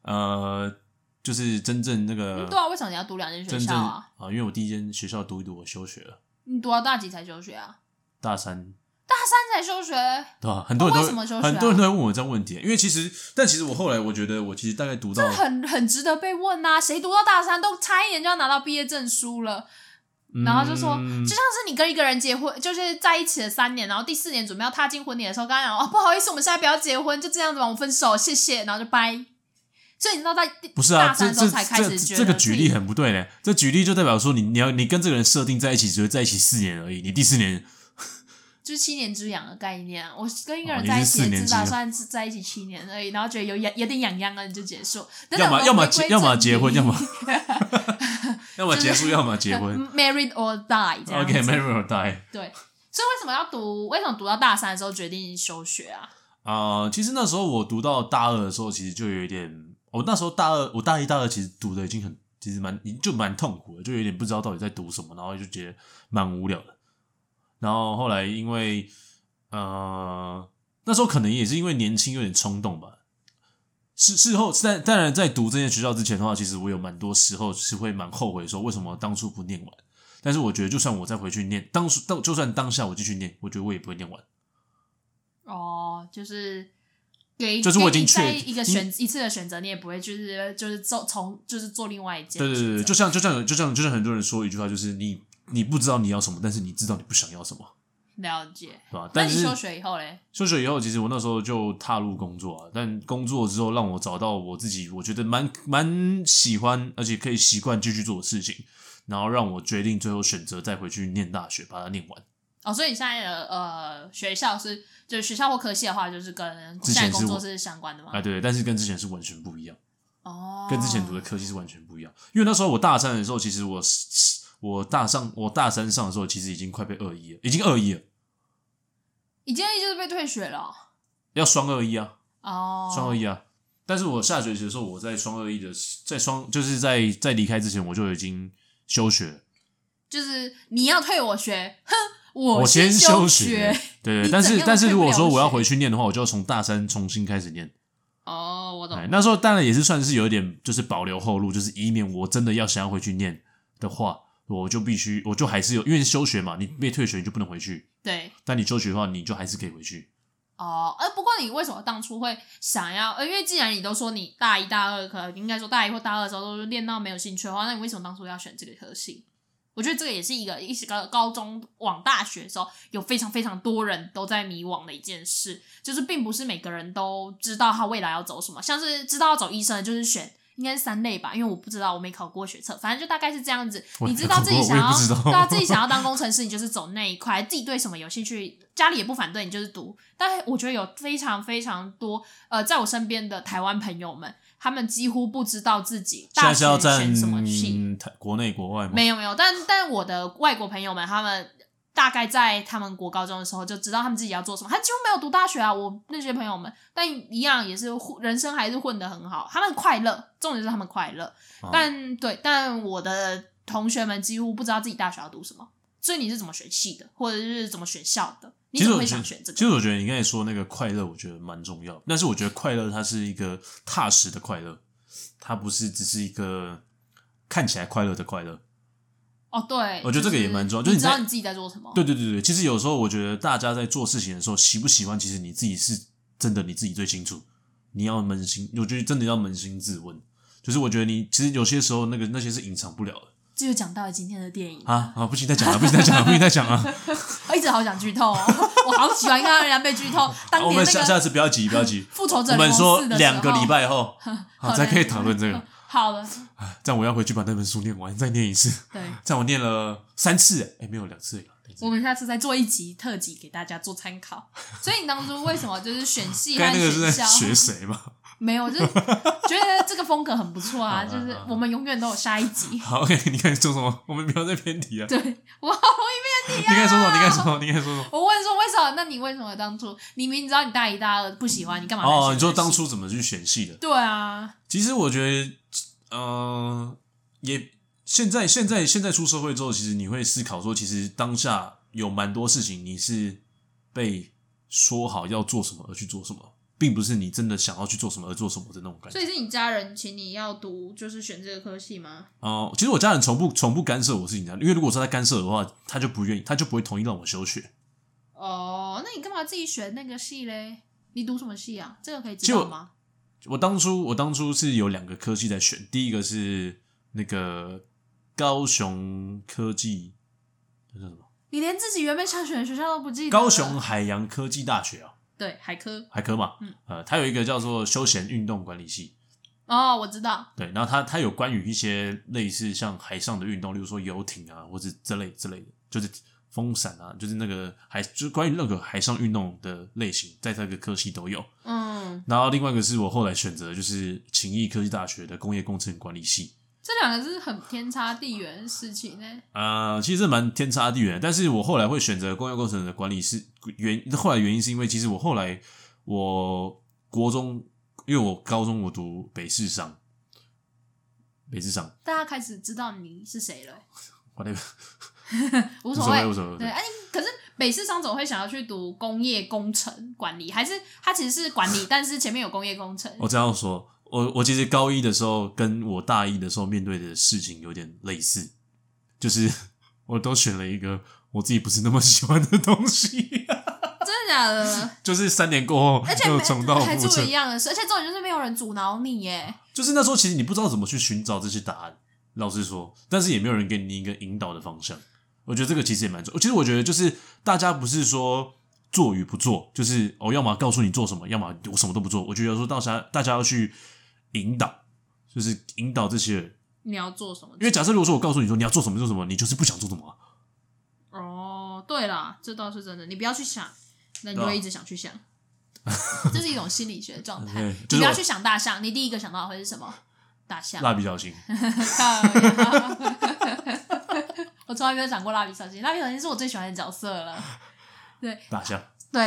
S3: 呃，就是真正那个
S2: 嗯对啊，为什么你要读两间学
S3: 呃真正
S2: 校啊？
S3: 因为我第一间学校读一读，我休学了，
S2: 你读到大几才休学啊？
S3: 大三
S2: 大三才休学，
S3: 对吧？很多人
S2: 为
S3: 都、
S2: 什么休学啊
S3: 很多人都在问我这样问题，因为其实，但其实我后来我觉得，我其实大概读到
S2: 很很值得被问呐、谁读到大三都差一点就要拿到毕业证书了，
S3: 嗯
S2: 然后就说，就像是你跟一个人结婚，就是在一起了三年，然后第四年准备要踏进婚礼的时候，跟他讲哦，不好意思，我们现在不要结婚，就这样子吧，我们分手，谢谢，然后就掰。所以你知道在
S3: 不是啊，
S2: 大
S3: 这
S2: 三的时候
S3: 这
S2: 才开
S3: 这
S2: 始觉得
S3: 这个举
S2: 自己
S3: 例很不对嘞。这举例就代表说你你要你跟这个人设定在一起，只会在一起四年而已，你第四年
S2: 就是七年之痒的概念啊。我跟一个
S3: 哦
S2: 人
S3: 你
S2: 在一
S3: 是四
S2: 起，
S3: 年
S2: 只
S3: 之
S2: 打
S3: 痒
S2: 算是在一起七年而已，然后觉得有痒有点痒痒了，你就结束。等
S3: 要
S2: 等
S3: 么
S2: 我
S3: 要么
S2: 回归
S3: 结要么
S2: 正
S3: 结婚，
S2: 题
S3: 要 么要么
S2: 就
S3: 结
S2: 是
S3: 束，要么结婚。
S2: married or die 这样子。
S3: OK，marry or die
S2: 对。所以为什么要读？为什么读到大三的时候决定休学啊？
S3: 啊、其实那时候我读到大二的时候，其实就有一点，我那时候大二，我大一、大二其实读的已经很，其实蛮就蛮痛苦的，就有点不知道到底在读什么，然后就觉得蛮无聊的。然后后来因为呃，那时候可能也是因为年轻有点冲动吧。事事后，但当然在读这些学校之前的话，其实我有蛮多时候是会蛮后悔说为什么当初不念完。但是我觉得，就算我再回去念，当初当就算当下我继续念，我觉得我也不会念完。
S2: 哦，就是给
S3: 就是我已经
S2: 给你在
S3: 确定
S2: 一个选一次的选择，你也不会就是就是做从就是做另外一件
S3: 对对
S2: 选择。
S3: 对对，就像就像就像就像很多人说一句话，就是你你不知道你要什么，但是你知道你不想要什么，
S2: 了解。
S3: 对吧？
S2: 那
S3: 但
S2: 你
S3: 是
S2: 休学以后嘞？
S3: 休学以后，其实我那时候就踏入工作啊，但工作之后让我找到我自己，我觉得蛮蛮喜欢，而且可以习惯继续做的事情。然后让我决定最后选择再回去念大学，把它念完。
S2: 哦，所以你现在的呃学校是，就是学校或科系的话，就是跟
S3: 之
S2: 现在
S3: 前是
S2: 工作
S3: 我
S2: 是相关的吗？
S3: 啊，对，但是跟之前是完全不一样，
S2: 哦，
S3: 跟之前读的科系是完全不一样。因为那时候我大三的时候，其实我是我大上我大三上的时候，其实已经快被二一了，已经二一了，
S2: 已经就是被退学了
S3: 要双二一啊。
S2: 哦，
S3: 双二一啊。但是我下学期的时候，我在双二一的，在双就是在在离开之前，我就已经休学了，
S2: 就是你要退我学，哼，
S3: 我
S2: 先
S3: 休
S2: 学。
S3: 对
S2: 你
S3: 对，但
S2: 怎
S3: 是
S2: 样
S3: 但是
S2: 退
S3: 如
S2: 不
S3: 果
S2: 了
S3: 说我要
S2: 学
S3: 回去念的话，我就要从大三重新开始念。
S2: 哦，我懂
S3: 哎，。那时候当然也是算是有一点就是保留后路，就是以免我真的要想要回去念的话，我就必须我就还是有，因为休学嘛，你被退学你就不能回去，
S2: 对，
S3: 但你休学的话，你就还是可以回去。
S2: 哦，哎、不过你为什么当初会想要？呃，因为既然你都说你大一、大二，可能应该说大一或大二的时候都是练到没有兴趣的话，那你为什么当初要选这个科系？我觉得这个也是一个一直高高中往大学的时候，有非常非常多人都在迷惘的一件事，就是并不是每个人都知道他未来要走什么，像是知道要走医生的，就是选。应该是三类吧，因为我不知道，我没考过学测，反正就大概是这样子。
S3: 我也
S2: 你知道自己
S3: 没考
S2: 想
S3: 过我也
S2: 要，
S3: 不知道
S2: 对啊，自己想要当工程师，你就是走那一块。自己对什么有兴趣，家里也不反对，你就是读。但我觉得有非常非常多，呃，在我身边的台湾朋友们，他们几乎不知道自己
S3: 现在
S2: 大
S3: 是要
S2: 学
S3: 占
S2: 选什么系。
S3: 嗯台国内国外吗？
S2: 没有没有，但但我的外国朋友们，他们大概在他们国高中的时候就知道他们自己要做什么，他几乎没有读大学啊。我那些朋友们，但一样也是混人生还是混得很好，他们快乐，重点是他们快乐。
S3: 哦
S2: 但对，但我的同学们几乎不知道自己大学要读什么，所以你是怎么选系的，或者是怎么选校的？你
S3: 其
S2: 怎
S3: 实
S2: 么
S3: 我
S2: 会
S3: 觉
S2: 想
S3: 得，
S2: 选这
S3: 其
S2: 个？
S3: 实我觉得你刚才说那个快乐，我觉得蛮重要。但是我觉得快乐它是一个踏实的快乐，它不是只是一个看起来快乐的快乐。
S2: 哦，对，
S3: 我觉得这个也蛮重要就是
S2: 你
S3: 你
S2: 知
S3: 在啊
S2: 道你自己在做什么。
S3: 对对对对，其实有时候我觉得大家在做事情的时候，喜不喜欢，其实你自己是真的你自己最清楚。你要扪心，我觉得真的要扪心自问。就是我觉得你其实有些时候那个那些是隐藏不了的
S2: 这就讲到了今天的电影
S3: 啊啊！不行，再讲了，不行，再讲了，不行，再讲啊了。
S2: 我一直好想剧透哦，我好喜欢看到人家被剧透。 当
S3: 哦我
S2: 年
S3: 们
S2: 那
S3: 下下
S2: 个
S3: 次不要急，不要 急。
S2: 复仇者
S3: 我
S2: 联
S3: 们
S2: 盟
S3: 说
S2: 四的时
S3: 两个
S2: 候
S3: 礼，拜后，好
S2: 好
S3: 才可以
S2: 嘞
S3: 讨论这个。
S2: 好了，
S3: 这样我要回去把那本书念完，再念一次。
S2: 对，
S3: 这样我念了三次，哎、没有两次而已啦两次
S2: 我们下次再做一集特辑给大家做 参考。所以你当初为什么就是选系
S3: 刚
S2: 和
S3: 才那个是在
S2: 选校？
S3: 学谁嘛？
S2: 没有，就是觉得这个风格很不错啊，
S3: 好啊
S2: 就是
S3: 好啊
S2: 我们永远都有下一 集。
S3: 好，OK，你刚才说什么？我 们不要再偏题了。
S2: 对啊我，我
S3: 你刚才说什么？你刚才说什么？你刚才说什么？
S2: 我问说为什么？那你为什么当初你明知道你大一大二不喜欢，你干嘛还选这个
S3: 哦，
S2: 系？
S3: 你说当初怎么去选戏的？
S2: 对啊，
S3: 其实我觉得，呃，也现在现在现在出社会之后，其实你会思考说，其实当下有蛮多事情你是被说好要做什么而去做什么，并不是你真的想要去做什么而做什么的那种感觉。
S2: 所以是你家人请你要读，就是选这个科系吗？
S3: 哦、其实我家人从不从不干涉我事情的，因为如果说他干涉的话，他就不愿意，他就不会同意让我休学。
S2: 哦，那你干嘛自己选那个系嘞？你读什么系啊？这个可以知
S3: 就
S2: 道吗？
S3: 我当初我当初是有两个科系在选，第一个是那个高雄科技，那叫什么？
S2: 你连自己原本想选的学校都不记得了。
S3: 高雄海洋科技大学啊，
S2: 对海科
S3: 还科嘛？
S2: 嗯，
S3: 呃，它有一个叫做休闲运动管理系，
S2: 哦，我知道。
S3: 对，然后它它有关于一些类似像海上的运动，例如说游艇啊，或者这类之类的，就是风伞啊，就是那个海，就是关于那个海上运动的类型，在这个科系都有。
S2: 嗯，
S3: 然后另外一个是我后来选择的就是勤益科技大学的工业工程管理系，
S2: 这两个是很天差地远的事情呢。
S3: 呃，其实蛮天差地远的。但是我后来会选择工业工程的管理是原后来原因是因为其实我后来我国中，因为我高中我读北市商，北市商，
S2: 大家开始知道你是谁了，
S3: 我那个
S2: 无
S3: 无
S2: 所
S3: 所
S2: 谓
S3: 谓，无所谓，
S2: 对，哎、可是北市商总会想要去读工业工程管理，还是他其实是管理，但是前面有工业工程？
S3: 我这样说，我我其实高一的时候跟我大一的时候面对的事情有点类似，就是我都选了一个我自己不是那么喜欢的东西，
S2: 真的 假的？
S3: 就是三年过后
S2: 而且
S3: 又
S2: 每
S3: 重蹈
S2: 还
S3: 覆
S2: 做一
S3: 辙。
S2: 样的事，而且重点就是没有人阻挠你耶。
S3: 就是那时候其实你不知道怎么去寻找这些答案，老实说，但是也没有人给你一个引导的方向。我觉得这个其实也蛮重要。其实我觉得就是大家不是说做与不做，就是哦，要么告诉你做什么，要么我什么都不做。我觉得说大家大家要去引导，就是引导这些人，
S2: 你要做什么？
S3: 因为假设如果说我告诉你说你要做什么做什么，你就是不想做什么啊、
S2: 哦，对啦，这倒是真的，你不要去想，那你就
S3: 对啊
S2: 会一直想去想， 这是一种心理学的状态。
S3: 对
S2: 你
S3: 就是
S2: 不要
S3: 我
S2: 去想大象，你第一个想到的会是什么？大象。
S3: 蜡笔小新，
S2: 靠呀 我从来没有讲过蜡笔小新，蜡笔小新是我最喜欢的角色了。
S3: 大象，
S2: 对，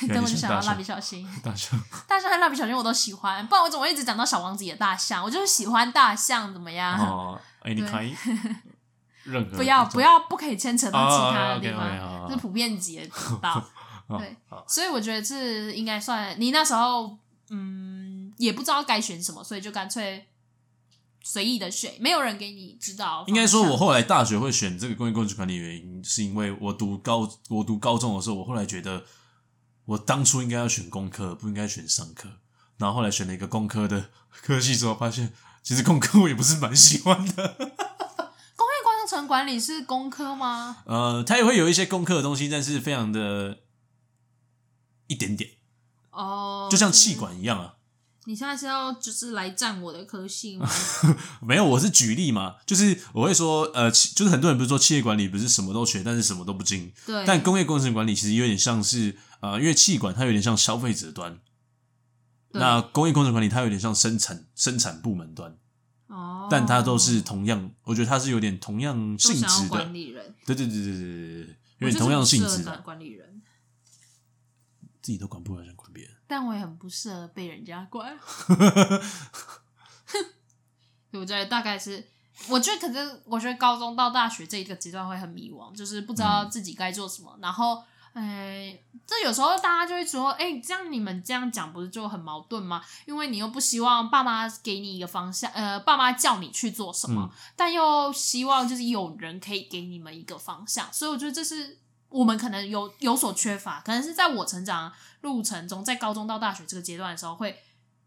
S3: 原来
S2: 等我
S3: 你
S2: 就是想到
S3: 大象
S2: 蜡笔小新，
S3: 大 象，
S2: 大象和蜡笔小新我都喜欢，不然我怎么会一直讲到小王子也大象？我就是喜欢大象，怎么样？
S3: 哦，哎，你
S2: 对
S3: 看，任何
S2: 不要不
S3: 要，
S2: 要不可以牵扯到其
S3: 嗯
S2: 他
S3: 哦
S2: 的地
S3: ，OK，OK，好好
S2: 方，
S3: 好
S2: 这是普遍级的 频道。
S3: 哦
S2: 对
S3: 好，
S2: 所以我觉得这应该算你那时候嗯也不知道该选什么，所以就干脆随意的选，没有人给你指导方向。
S3: 应该说，我后来大学会选这个工业工程管理的原因，是因为我读高我读高中的时候，我后来觉得我当初应该要选工科，不应该选商科。然后后来选了一个工科的科系之后，发现其实工科我也不是蛮喜欢的。
S2: 工业工程管理是工科吗？
S3: 呃，它也会有一些工科的东西，但是非常的一点点，
S2: 哦，
S3: 就像气。管一样啊。
S2: 你现在是要就是来占我的科 系吗？
S3: 没有，我是举例嘛，就是我会说，呃，企就是很多人不是说企业管理不是什么都学，但是什么都不精。
S2: 对，
S3: 但工业工程管理其实有点像是呃，因为气管它有点像消费者端，
S2: 对
S3: 那工业工程管理它有点像生产生产部门端，
S2: 哦，
S3: 但它都是同样，我觉得它是有点同样
S2: 都
S3: 性
S2: 想要
S3: 质的
S2: 管，理人，
S3: 对对对对对对对对，有
S2: 我
S3: 点
S2: 就是
S3: 同样性
S2: 不适合
S3: 质
S2: 当
S3: 的，
S2: 管理人，
S3: 自己都管不完，想管别人。
S2: 但我也很不适合被人家管。对我觉得大概是，我觉得可能我觉得高中到大学这一个阶段会很迷惘，就是不知道自己该做什么。然后，哎、这有时候大家就会说，哎、这样你们这样讲不是就很矛盾吗？因为你又不希望爸妈给你一个方向，呃，爸妈叫你去做什么，但又希望就是有人可以给你们一个方向。所以我觉得这是我们可能有有所缺乏，可能是在我成长路程中，在高中到大学这个阶段的时候会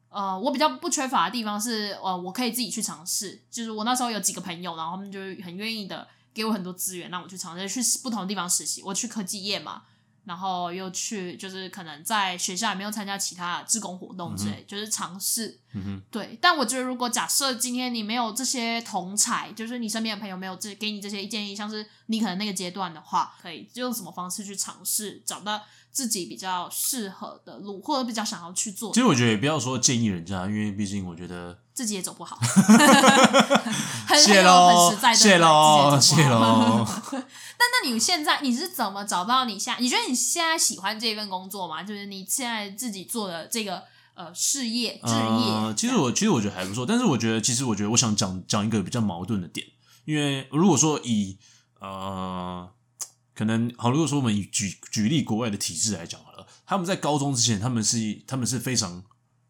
S2: 呃，我比较不缺乏的地方是，呃，我可以自己去尝试。就是我那时候有几个朋友，然后他们就很愿意的给我很多资源，让我去尝试去不同的地方实习。我去科技业嘛，然后又去就是可能在学校也没有参加其他的志工活动之类，就是尝试。
S3: 嗯哼，
S2: 对，但我觉得如果假设今天你没有这些同才，就是你身边的朋友没有这给你这些建议，像是你可能那个阶段的话，可以用什么方式去尝试找到自己比较适合的路，或者比较想要去做的
S3: 其实我觉得也不要说建议人家，因为毕竟我觉得
S2: 自己也走不 好，很
S3: 谢
S2: 很
S3: 喽
S2: 有很实在的，
S3: 谢喽
S2: 自己也
S3: 谢
S2: 走不好，
S3: 喽。
S2: 那那你现在你是怎么找到你现在？你觉得你现在喜欢这份工作吗？就是你现在自己做的这个呃事业置
S3: 呃
S2: 业，，
S3: 其实我其实我觉得还不错，但是我觉得其实我觉得我想讲讲一个比较矛盾的点，因为如果说以呃可能好，如果说我们以举举例国外的体制来讲好了，他们在高中之前他们是他们是非常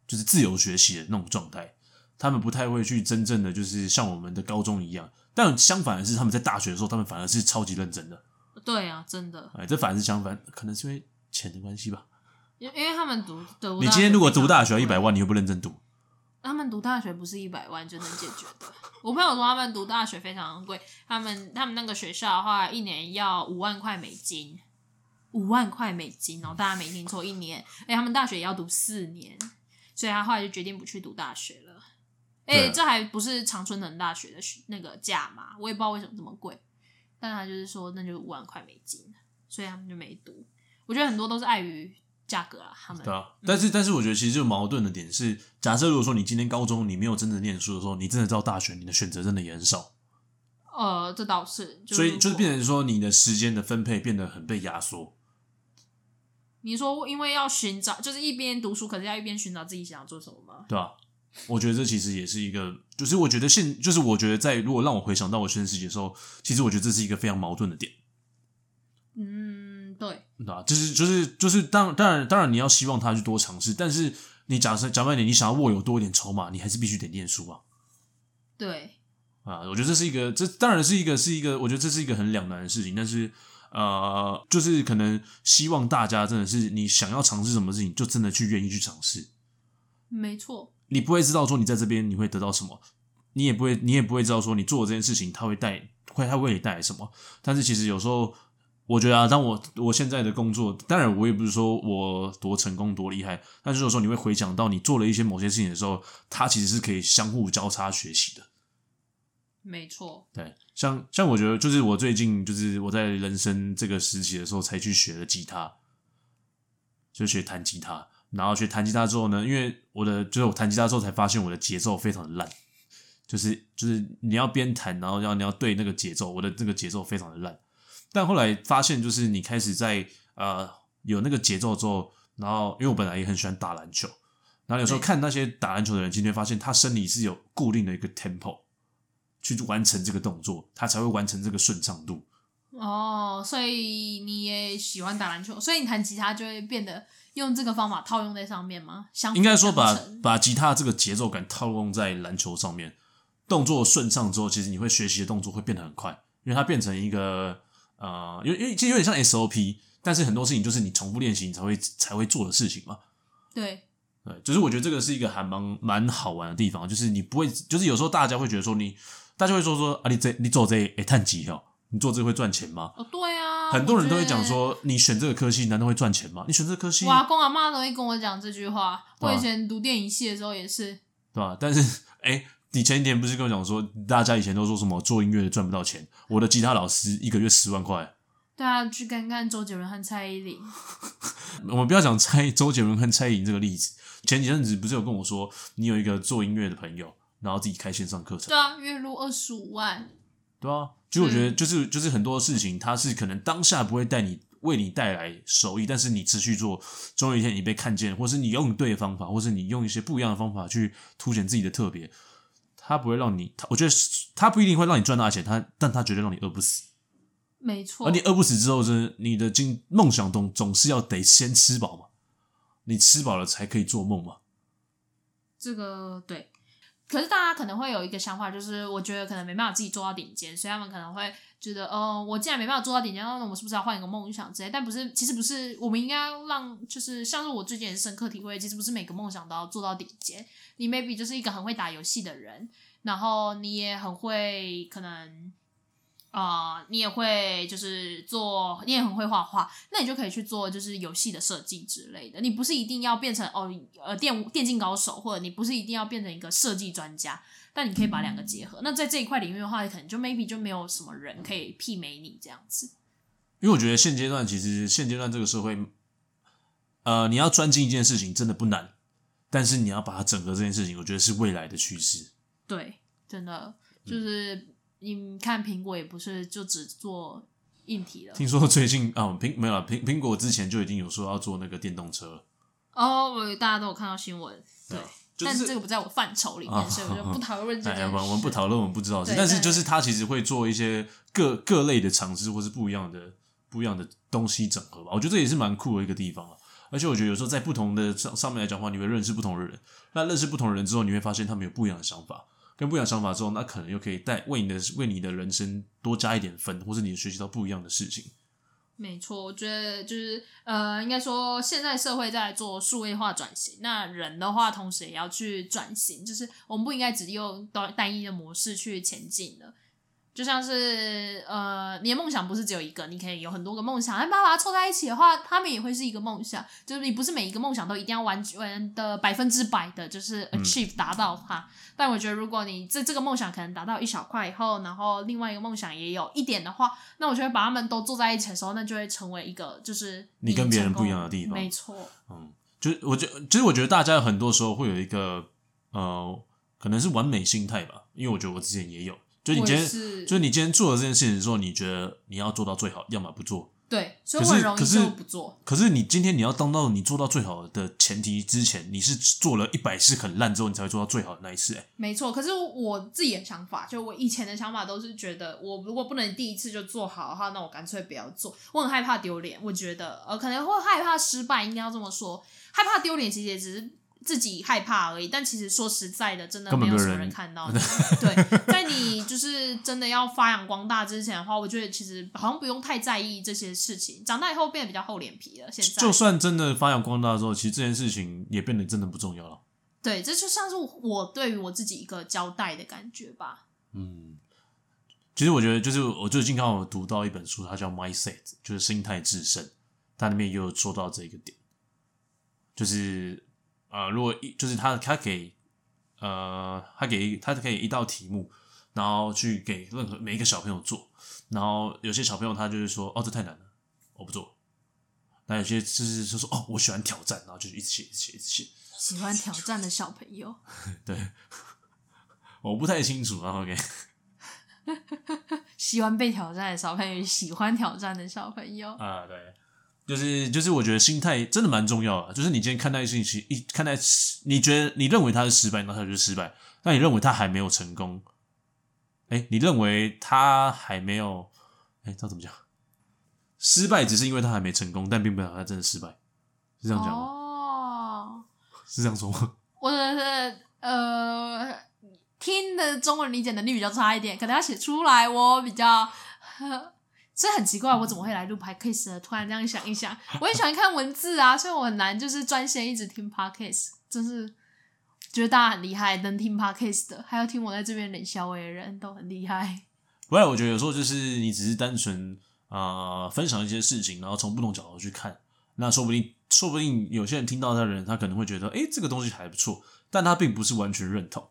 S3: 就是自由学习的那种状态，他们不太会去真正的就是像我们的高中一样，但相反的是他们在大学的时候，他们反而是超级认真的，
S2: 对啊，真的，
S3: 哎，这反而是相反，可能是因为钱的关系吧。
S2: 因因为他们读读
S3: 你今天如果读大学一
S2: 一
S3: 百，万，你又不认真读，
S2: 他们读大学不是一百万就能解决的。我朋友说他们读大学非常贵，他们他们那个学校的话，一年要五万块美金，五万块美金哦，大家没听错，一年。哎，他们大学也要读四年，所以他后来就决定不去读大学了。哎，
S3: 对啊
S2: 这还不是常春藤大学的学那个价嘛？我也不知道为什么这么贵，但他就是说那就五万块美金，所以他们就没读。我觉得很多都是碍于价格啊，他们
S3: 对啊，但是但是我觉得其实就矛盾的点是，假设如果说你今天高中你没有真的念书的时候，你真的到大学，你的选择真的也很少，
S2: 呃，这倒是，就
S3: 所以
S2: 如
S3: 就是
S2: 果
S3: 变成说你的时间的分配变得很被压缩。
S2: 你说，因为要寻找，就是一边读书，可是要一边寻找自己想要做什么吗？
S3: 对吧、我觉得这其实也是一个，就是我觉得现，就是我觉得在如果让我回想到我学生时期的时候，其实我觉得这是一个非常矛盾的点，
S2: 嗯，对，
S3: 对吧、就是就是就是当当然当然你要希望他去多尝试，但是你假设讲白点，你想要握有多一点筹码，你还是必须得念书啊。
S2: 对，
S3: 啊，我觉得这是一个，这当然是一个，是一个，我觉得这是一个很两难的事情。但是，呃，就是可能希望大家真的是，你想要尝试什么事情，就真的去愿意去尝试。
S2: 没错，
S3: 你不会知道说你在这边你会得到什么，你也不会，你也不会知道说你做的这件事情它会带，会它为你带来什么。但是其实有时候，我觉得啊，当我我现在的工作，当然我也不是说我多成功多厉害，但是有时候你会回想到你做了一些某些事情的时候，它其实是可以相互交叉学习的。
S2: 没错，
S3: 对，像像我觉得就是我最近就是我在人生这个时期的时候才去学了吉他，就学弹吉他，然后学弹吉他之后呢，因为我的就是我弹吉他之后才发现我的节奏非常的烂，就是就是你要边弹，然后要你要对那个节奏，我的这个节奏非常的烂。但后来发现，就是你开始在呃有那个节奏之后，然后因为我本来也很喜欢打篮球，然后有时候
S2: 对
S3: 看那些打篮球的人，今天发现他身体是有固定的一个 tempo 去完成这个动作，他才会完成这个顺畅度。
S2: 哦，所以你也喜欢打篮球，所以你弹吉他就会变得用这个方法套用在上面吗？相辅
S3: 应该说把
S2: 相成
S3: 把吉他这个节奏感套用在篮球上面，动作顺畅之后，其实你会学习的动作会变得很快，因为它变成一个呃，有因为其实有点像 SOP，但是很多事情就是你重复练习你才会才会做的事情嘛。
S2: 对
S3: 对，就是我觉得这个是一个还蛮蛮好玩的地方，就是你不会，就是有时候大家会觉得说你，大家会说说啊，你这你做这诶探级哦，你做这会赚钱吗？
S2: 哦，对啊，
S3: 很多人都会讲
S2: 我觉
S3: 说，你选这个科系难道会赚钱吗？你选这个科系
S2: 得，我阿公阿妈都会跟我讲这句话。
S3: 对
S2: 我
S3: 啊
S2: 以前读电影系的时候也是，
S3: 对吧？ 但是诶，你前几天不是跟我讲说，大家以前都说什么做音乐的赚不到钱，我的吉他老师一个月十万块，
S2: 大家啊去看看周杰伦和蔡依林，
S3: 我们不要讲蔡周杰伦跟蔡依林这个例子，前几阵子不是有跟我说，你有一个做音乐的朋友，然后自己开线上课程
S2: 对。啊，月入二十五万，
S3: 对啊，其实我觉得
S2: 嗯
S3: 就是就是很多事情，它是可能当下不会带你为你带来收益，但是你持续做，总有一天你被看见，或是你用对的方法，或是你用一些不一样的方法去凸显自己的特别，它不会让你，它我觉得是它不一定会让你赚大钱，它但它绝对让你饿不死。
S2: 没错
S3: 而啊你，饿不死之后，就是你的经梦想总总是要得先吃饱嘛，你吃饱了才可以做梦嘛。
S2: 这个对。可是大家可能会有一个想法，就是我觉得可能没办法自己做到顶尖，所以他们可能会觉得，哦、我既然没办法做到顶尖，那我是不是要换一个梦想之类？但不是，其实不是，我们应该要让，就是像是我最近也是深刻体会，其实不是每个梦想都要做到顶尖。你 maybe 就是一个很会打游戏的人，然后你也很会，可能啊、呃你也会就是做，你也很会画画，那你就可以去做就是游戏的设计之类的。你不是一定要变成哦呃电电竞高手，或者你不是一定要变成一个设计专家，但你可以把两个结合。那在这一块领域的话，可能就 maybe 就没有什么人可以媲美你这样子。
S3: 因为我觉得现阶段其实现阶段这个社会，呃，你要专精一件事情真的不难，但是你要把它整合这件事情，我觉得是未来的趋势。
S2: 对，真的
S3: 嗯
S2: 就是你看苹果也不是就只做硬体了。
S3: 听说最近啊，苹没有了，苹苹果之前就已经有说要做那个电动车了，
S2: 哦，我大家都有看到新闻，对，
S3: 啊就
S2: 但
S3: 是
S2: 这个不在我范畴里面，
S3: 啊
S2: 所以我就不讨论这
S3: 哎，
S2: 件
S3: 我
S2: 事。
S3: 们我们不讨论，我们不知道的事，
S2: 对
S3: 但是
S2: 但
S3: 就是它其实会做一些各各类的尝试，或是不一样的不一样的东西整合吧。我觉得这也是蛮酷的一个地方啊。而且我觉得有时候在不同的上上面来讲的话，你会认识不同的人。那认识不同的人之后，你会发现他们有不一样的想法，跟不一样的想法之后，那可能又可以带为你的为你的人生多加一点分，或是你学习到不一样的事情。
S2: 没错，我觉得就是呃，应该说现在社会在做数位化转型，那人的话同时也要去转型，就是我们不应该只用单单一的模式去前进的。就像是呃，你的梦想不是只有一个，你可以有很多个梦想，但把它凑在一起的话，他们也会是一个梦想。就是你不是每一个梦想都一定要完全的百分之百的，就是
S3: 嗯
S2: achieve 达到它。但我觉得，如果你这这个梦想可能达到一小块以后，然后另外一个梦想也有一点的话，那我觉得把他们都做在一起的时候，那就会成为一个就是
S3: 你跟别人
S2: 成功
S3: 不一样的地方
S2: 没错，
S3: 嗯，就是我觉其实我觉得大家很多时候会有一个呃，可能是完美心态吧，因为我觉得我之前也有，就你今
S2: 我
S3: 天
S2: 也是
S3: 就是你今天做了这件事情之后，你觉得你要做到最好，要么不做。
S2: 对，所
S3: 可
S2: 以我很
S3: 是
S2: 容
S3: 可
S2: 易
S3: 是
S2: 就不做。
S3: 可是你今天你要当到你做到最好的前提之前，你是做了一百次很烂之后，你才会做到最好的那一次、欸。
S2: 没错，可是我自己的想法，就我以前的想法都是觉得，我如果不能第一次就做好的话，那我干脆不要做。我很害怕丢脸，我觉得呃可能会害怕失败，应该要这么说。害怕丢脸其实也只是自己害怕而已，但其实说实在的，真的
S3: 根
S2: 没
S3: 本
S2: 有
S3: 没
S2: 什
S3: 有
S2: 么
S3: 人
S2: 人 看到你。对，在你就是真的要发扬光大之前的话，我觉得其实好像不用太在意这些事情。长大以后变得比较厚脸皮了，现在
S3: 就算真的发扬光大之后，其实这件事情也变得真的不重要了。
S2: 对，这就像是我对于我自己一个交代的感觉吧。
S3: 嗯，其实我觉得就是我最近刚好有读到一本书，它叫《Mindset》，就是心态制胜，它里面也有说到这个点，就是呃呃，如果一就是他他给呃他给他可以一道题目，然后去给任何每一个小朋友做。然后有些小朋友他就是说，哦，这太难了，我不做。那有些就是就说，哦，我喜欢挑战，然后就一直写，一直写，一直写。
S2: 喜欢挑战的小朋友，
S3: 对，我不太清楚啊。OK，
S2: 喜欢被挑战的小朋友，喜欢挑战的小朋友，
S3: 啊，对，就是就是，我觉得心态真的蛮重要的。就是你今天看待事情，一看待你觉得你认为它是失败，那它就是失败；那你认为它还没有成功，哎，你认为它还没有，哎，这怎么讲？失败只是因为它还没成功，但并不代表它真的失败，是这样讲吗？
S2: 哦，
S3: 是这样说吗？
S2: 我的呃，听的中文理解能力比较差一点，可能要写出来，我比较。这很奇怪，我怎么会来录 podcast 呢？突然这样想一想，我很喜欢看文字啊，所以我很难就是专心一直听 podcast，真是觉得大家很厉害，能听 podcast 的，还有听我在这边冷笑话的人都很厉害。
S3: 不然我觉得有时候就是你只是单纯啊、呃分享一些事情，然后从不同角度去看，那说不定说不定有些人听到他的人，他可能会觉得，诶，这个东西还不错，但他并不是完全认同。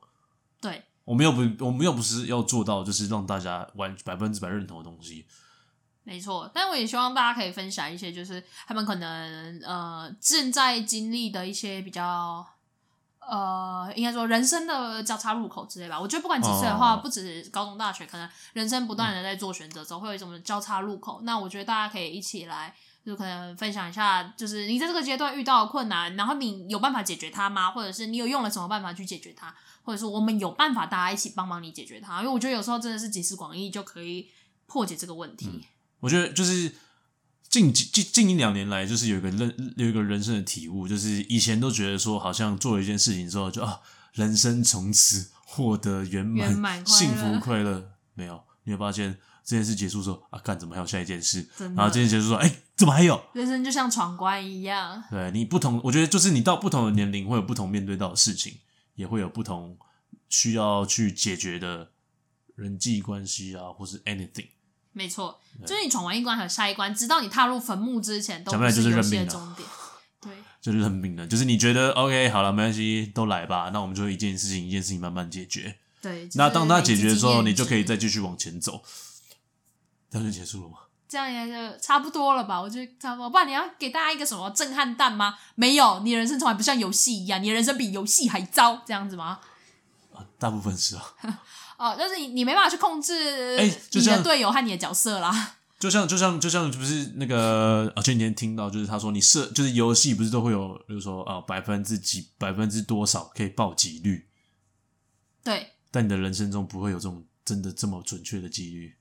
S2: 对，
S3: 我们又不我们又不是要做到就是让大家完百分之百认同的东西。
S2: 没错，但我也希望大家可以分享一些，就是他们可能呃正在经历的一些比较呃，应该说人生的交叉路口之类吧。我觉得不管几岁的话，
S3: 哦
S2: 不止高中、大学，可能人生不断的在做选择，总会有一种交叉路口。那我觉得大家可以一起来，就可能分享一下，就是你在这个阶段遇到的困难，然后你有办法解决它吗？或者是你有用了什么办法去解决它？或者说我们有办法，大家一起帮忙你解决它？因为我觉得有时候真的是集思广益就可以破解这个问题。
S3: 我觉得就是近几近近一两年来，就是有一个认有一个人生的体悟，就是以前都觉得说，好像做了一件事情之后就啊，人生从此获得圆满、
S2: 圆满快乐
S3: 幸福、快乐。没有，你会发现这件事结束之后啊，干怎么还有下一件事？
S2: 真
S3: 然
S2: 的
S3: 后这件事结束说，哎、怎么还有？
S2: 人生就像闯关一样，
S3: 对你不同，我觉得就是你到不同的年龄会有不同面对到的事情，也会有不同需要去解决的人际关系啊，或是 anything。
S2: 没错，就是你闯完一关还有下一关，直到你踏入坟墓之前，都
S3: 讲
S2: 不
S3: 白了就是
S2: 游
S3: 认
S2: 戏的
S3: 命啊
S2: 终点。对，
S3: 就是认命了，就是你觉得 OK 好了，没关系，都来吧，那我们就一件事情一件事情慢慢解决。
S2: 对，
S3: 那当它
S2: 他
S3: 解决之后，你就可以再继续往前走。这样就结束了吗？
S2: 这样应该就差不多了吧？我觉得差不多。不然你要给大家一个什么震撼弹吗？没有，你的人生从来不像游戏一样，你的人生比游戏还糟，这样子吗？
S3: 大部分是啊，
S2: 哦、但是你你没办法去控制
S3: 哎就
S2: 你
S3: 这样
S2: 的队友和你的角色啦。
S3: 就像就像就像不是那个啊，前几天听到就是他说你设就是游戏不是都会有，比如说啊百分之几百分之多少可以报几率，
S2: 对，
S3: 但你的人生中不会有这种真的这么准确的几率，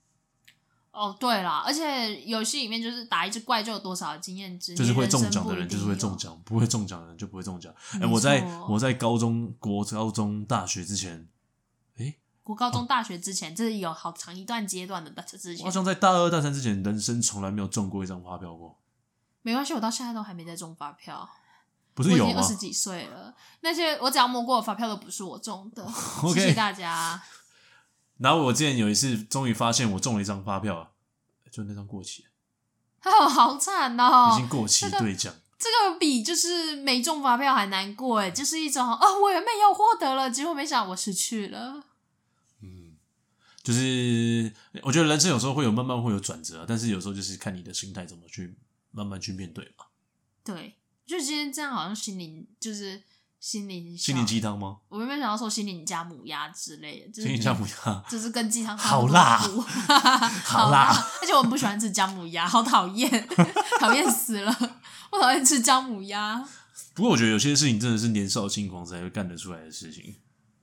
S2: 哦，对啦，而且游戏里面就是打一只怪就有多少的经验值，
S3: 就是
S2: 你
S3: 会
S2: 人生
S3: 中奖的
S2: 不一
S3: 人就
S2: 定
S3: 是会
S2: 有
S3: 中奖，不会中奖的人就不会中奖。哎、
S2: 没
S3: 我在
S2: 错
S3: 我在高中、国高中、大学之前，
S2: 国高中、大学之前，这是有好长一段阶段的大学之
S3: 我
S2: 前
S3: 好，像在大二、大三之前，人生从来没有中过一张发票过。
S2: 没关系，我到现在都还没在中发票。
S3: 不
S2: 我
S3: 是
S2: 已
S3: 有
S2: 经二
S3: 吗
S2: 十几岁了，那些我只要摸过的发票都不是我中 的，谢
S3: OK
S2: 谢大家。
S3: 然后我之前有一次，终于发现我中了一张发票啊，就那张过期，
S2: 哦，好惨
S3: 已
S2: 哦
S3: 经！过期
S2: 这个
S3: 兑奖。
S2: 这个比就是没中发票还难过哎，就是一种哦，我原本要获得了，结果没想到我失去了。
S3: 嗯，就是我觉得人生有时候会有慢慢会有转折啊，但是有时候就是看你的心态怎么去慢慢去面对嘛。
S2: 对，就今天这样，好像心灵就是心灵
S3: 心灵鸡汤吗？
S2: 我原本想要说心灵加母鸭之类的，就是
S3: 心灵姜母鸭，
S2: 就是跟鸡汤
S3: 好辣
S2: 好
S3: 辣，
S2: 而且我们不喜欢吃姜母鸭，好讨厌， 讨厌死了，我讨厌吃姜母鸭。
S3: 不过我觉得有些事情真的是年少轻狂才会干得出来的事情。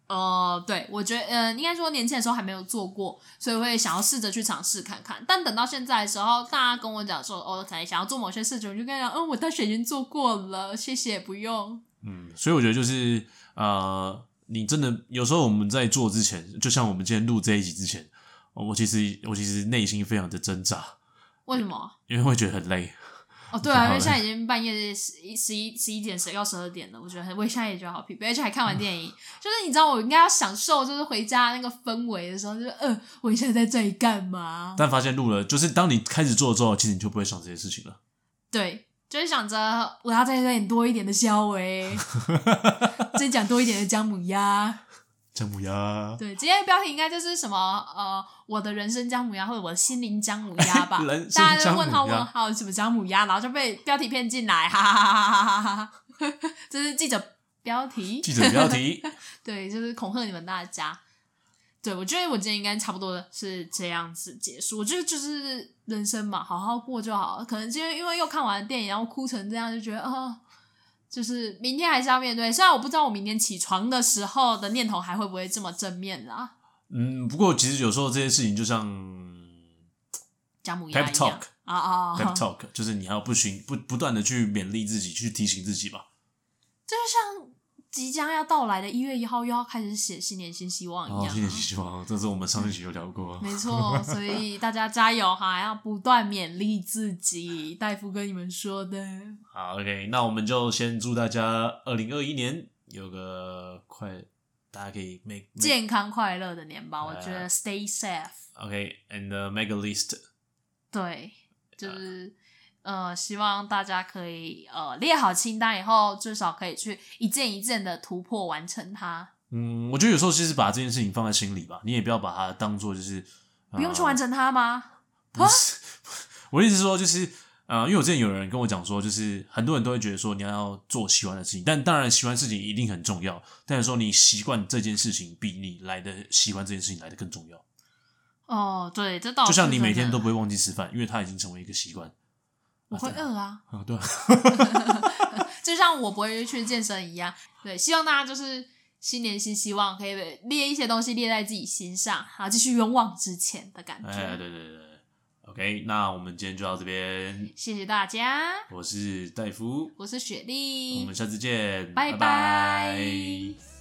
S2: 呃，对，我觉得，呃，应该说年轻的时候还没有做过，所以会想要试着去尝试看看。但等到现在的时候，大家跟我讲说，哦，可能想要做某些事情，我就跟他讲，嗯，我大学已经做过了，谢谢，不用。
S3: 嗯，所以我觉得就是呃，你真的有时候我们在做之前，就像我们今天录这一集之前，呃我其实我其实内心非常的挣扎，
S2: 为什么？
S3: 因为会觉得很累。
S2: 哦，对啊，
S3: 好
S2: 因为
S3: 嘞
S2: 现在已经半夜十一、十一、十一点、十要十二点了，我觉得很，我现在也觉得好疲惫，而且还看完 电影。就是你知道，我应该要享受，就是回家那个氛围的时候，就是，呃，我现在在这里干嘛？
S3: 但发现录了，就是当你开始做之后，其实你就不会想这些事情了。
S2: 对，就是想着我 要再点多一点的肖维，再讲多一点的姜母鸭。
S3: 姜母鸭，
S2: 对，今天的标题应该就是什么呃，我的人生姜母鸭或者我的心灵姜母鸭吧
S3: 人生，
S2: 大家
S3: 姜
S2: 就
S3: 母
S2: 问号
S3: 鸭
S2: 问号什么姜母鸭，然后就被标题骗进来，哈哈哈哈哈哈 哈哈！这是记者标题，
S3: 记者标题。
S2: 对，就是恐吓你们大家。对，我觉得我今天应该差不多是这样子结束。我觉得就是人生嘛，好好过就好。可能今天因为又看完电影，然后哭成这样，就觉得啊、呃就是明天还是要面对。虽然我不知道我明天起床的时候的念头还会不会这么正面啦，
S3: 嗯，不过其实有时候这些事情就像
S2: 姜母鸭一
S3: Pep talk
S2: 样啊啊，
S3: pep
S2: 啊
S3: talk，、就是你要不行不不断的去勉励自己，去提醒自己吧。
S2: 即将要到来的一月一号又要开始写新年新希望一
S3: 哦，
S2: 样
S3: 新
S2: 啊、
S3: 年新希望，这是我们上一集有聊过啊。
S2: 没错，所以大家加油哈，要不断勉励自己。大夫跟你们说的。
S3: 好，OK，那我们就先祝大家二零二一年有个快，大家可以 make, make
S2: 健康快乐的年吧，
S3: 呃
S2: 我觉得 stay safe，
S3: OK，and、make uh, a list。
S2: 对，
S3: 啊
S2: 就是呃，希望大家可以呃列好清单以后，至少可以去一件一件的突破完成它，
S3: 嗯，我觉得有时候其实把这件事情放在心里吧，你也不要把它当做就是、
S2: 不用去完
S3: 成。
S2: 成它吗？
S3: 不是，我的意思是说就是。呃，因为我之前有人跟我讲说，就是很多人都会觉得说你要做喜欢的事情，但当然喜欢的事情一定很重要，但是说你习惯这件事情比你来的喜欢这件事情来的更重要。
S2: 哦，对，这倒
S3: 就是像你
S2: 真
S3: 每
S2: 的
S3: 天都不会忘记吃饭，因为它已经成为一个习惯。
S2: 我会饿啊，
S3: 啊，对啊，
S2: 就像我不会去健身一样。对，希望大家就是新年新希望，可以列一些东西列在自己心上，然后继续勇往直前的感觉。
S3: 哎，对对对对，OK，那我们今天就到这边，
S2: 谢谢大家，
S3: 我是戴夫，
S2: 我是雪
S3: 我
S2: 莉
S3: 们，下次见，
S2: 拜
S3: 拜
S2: 拜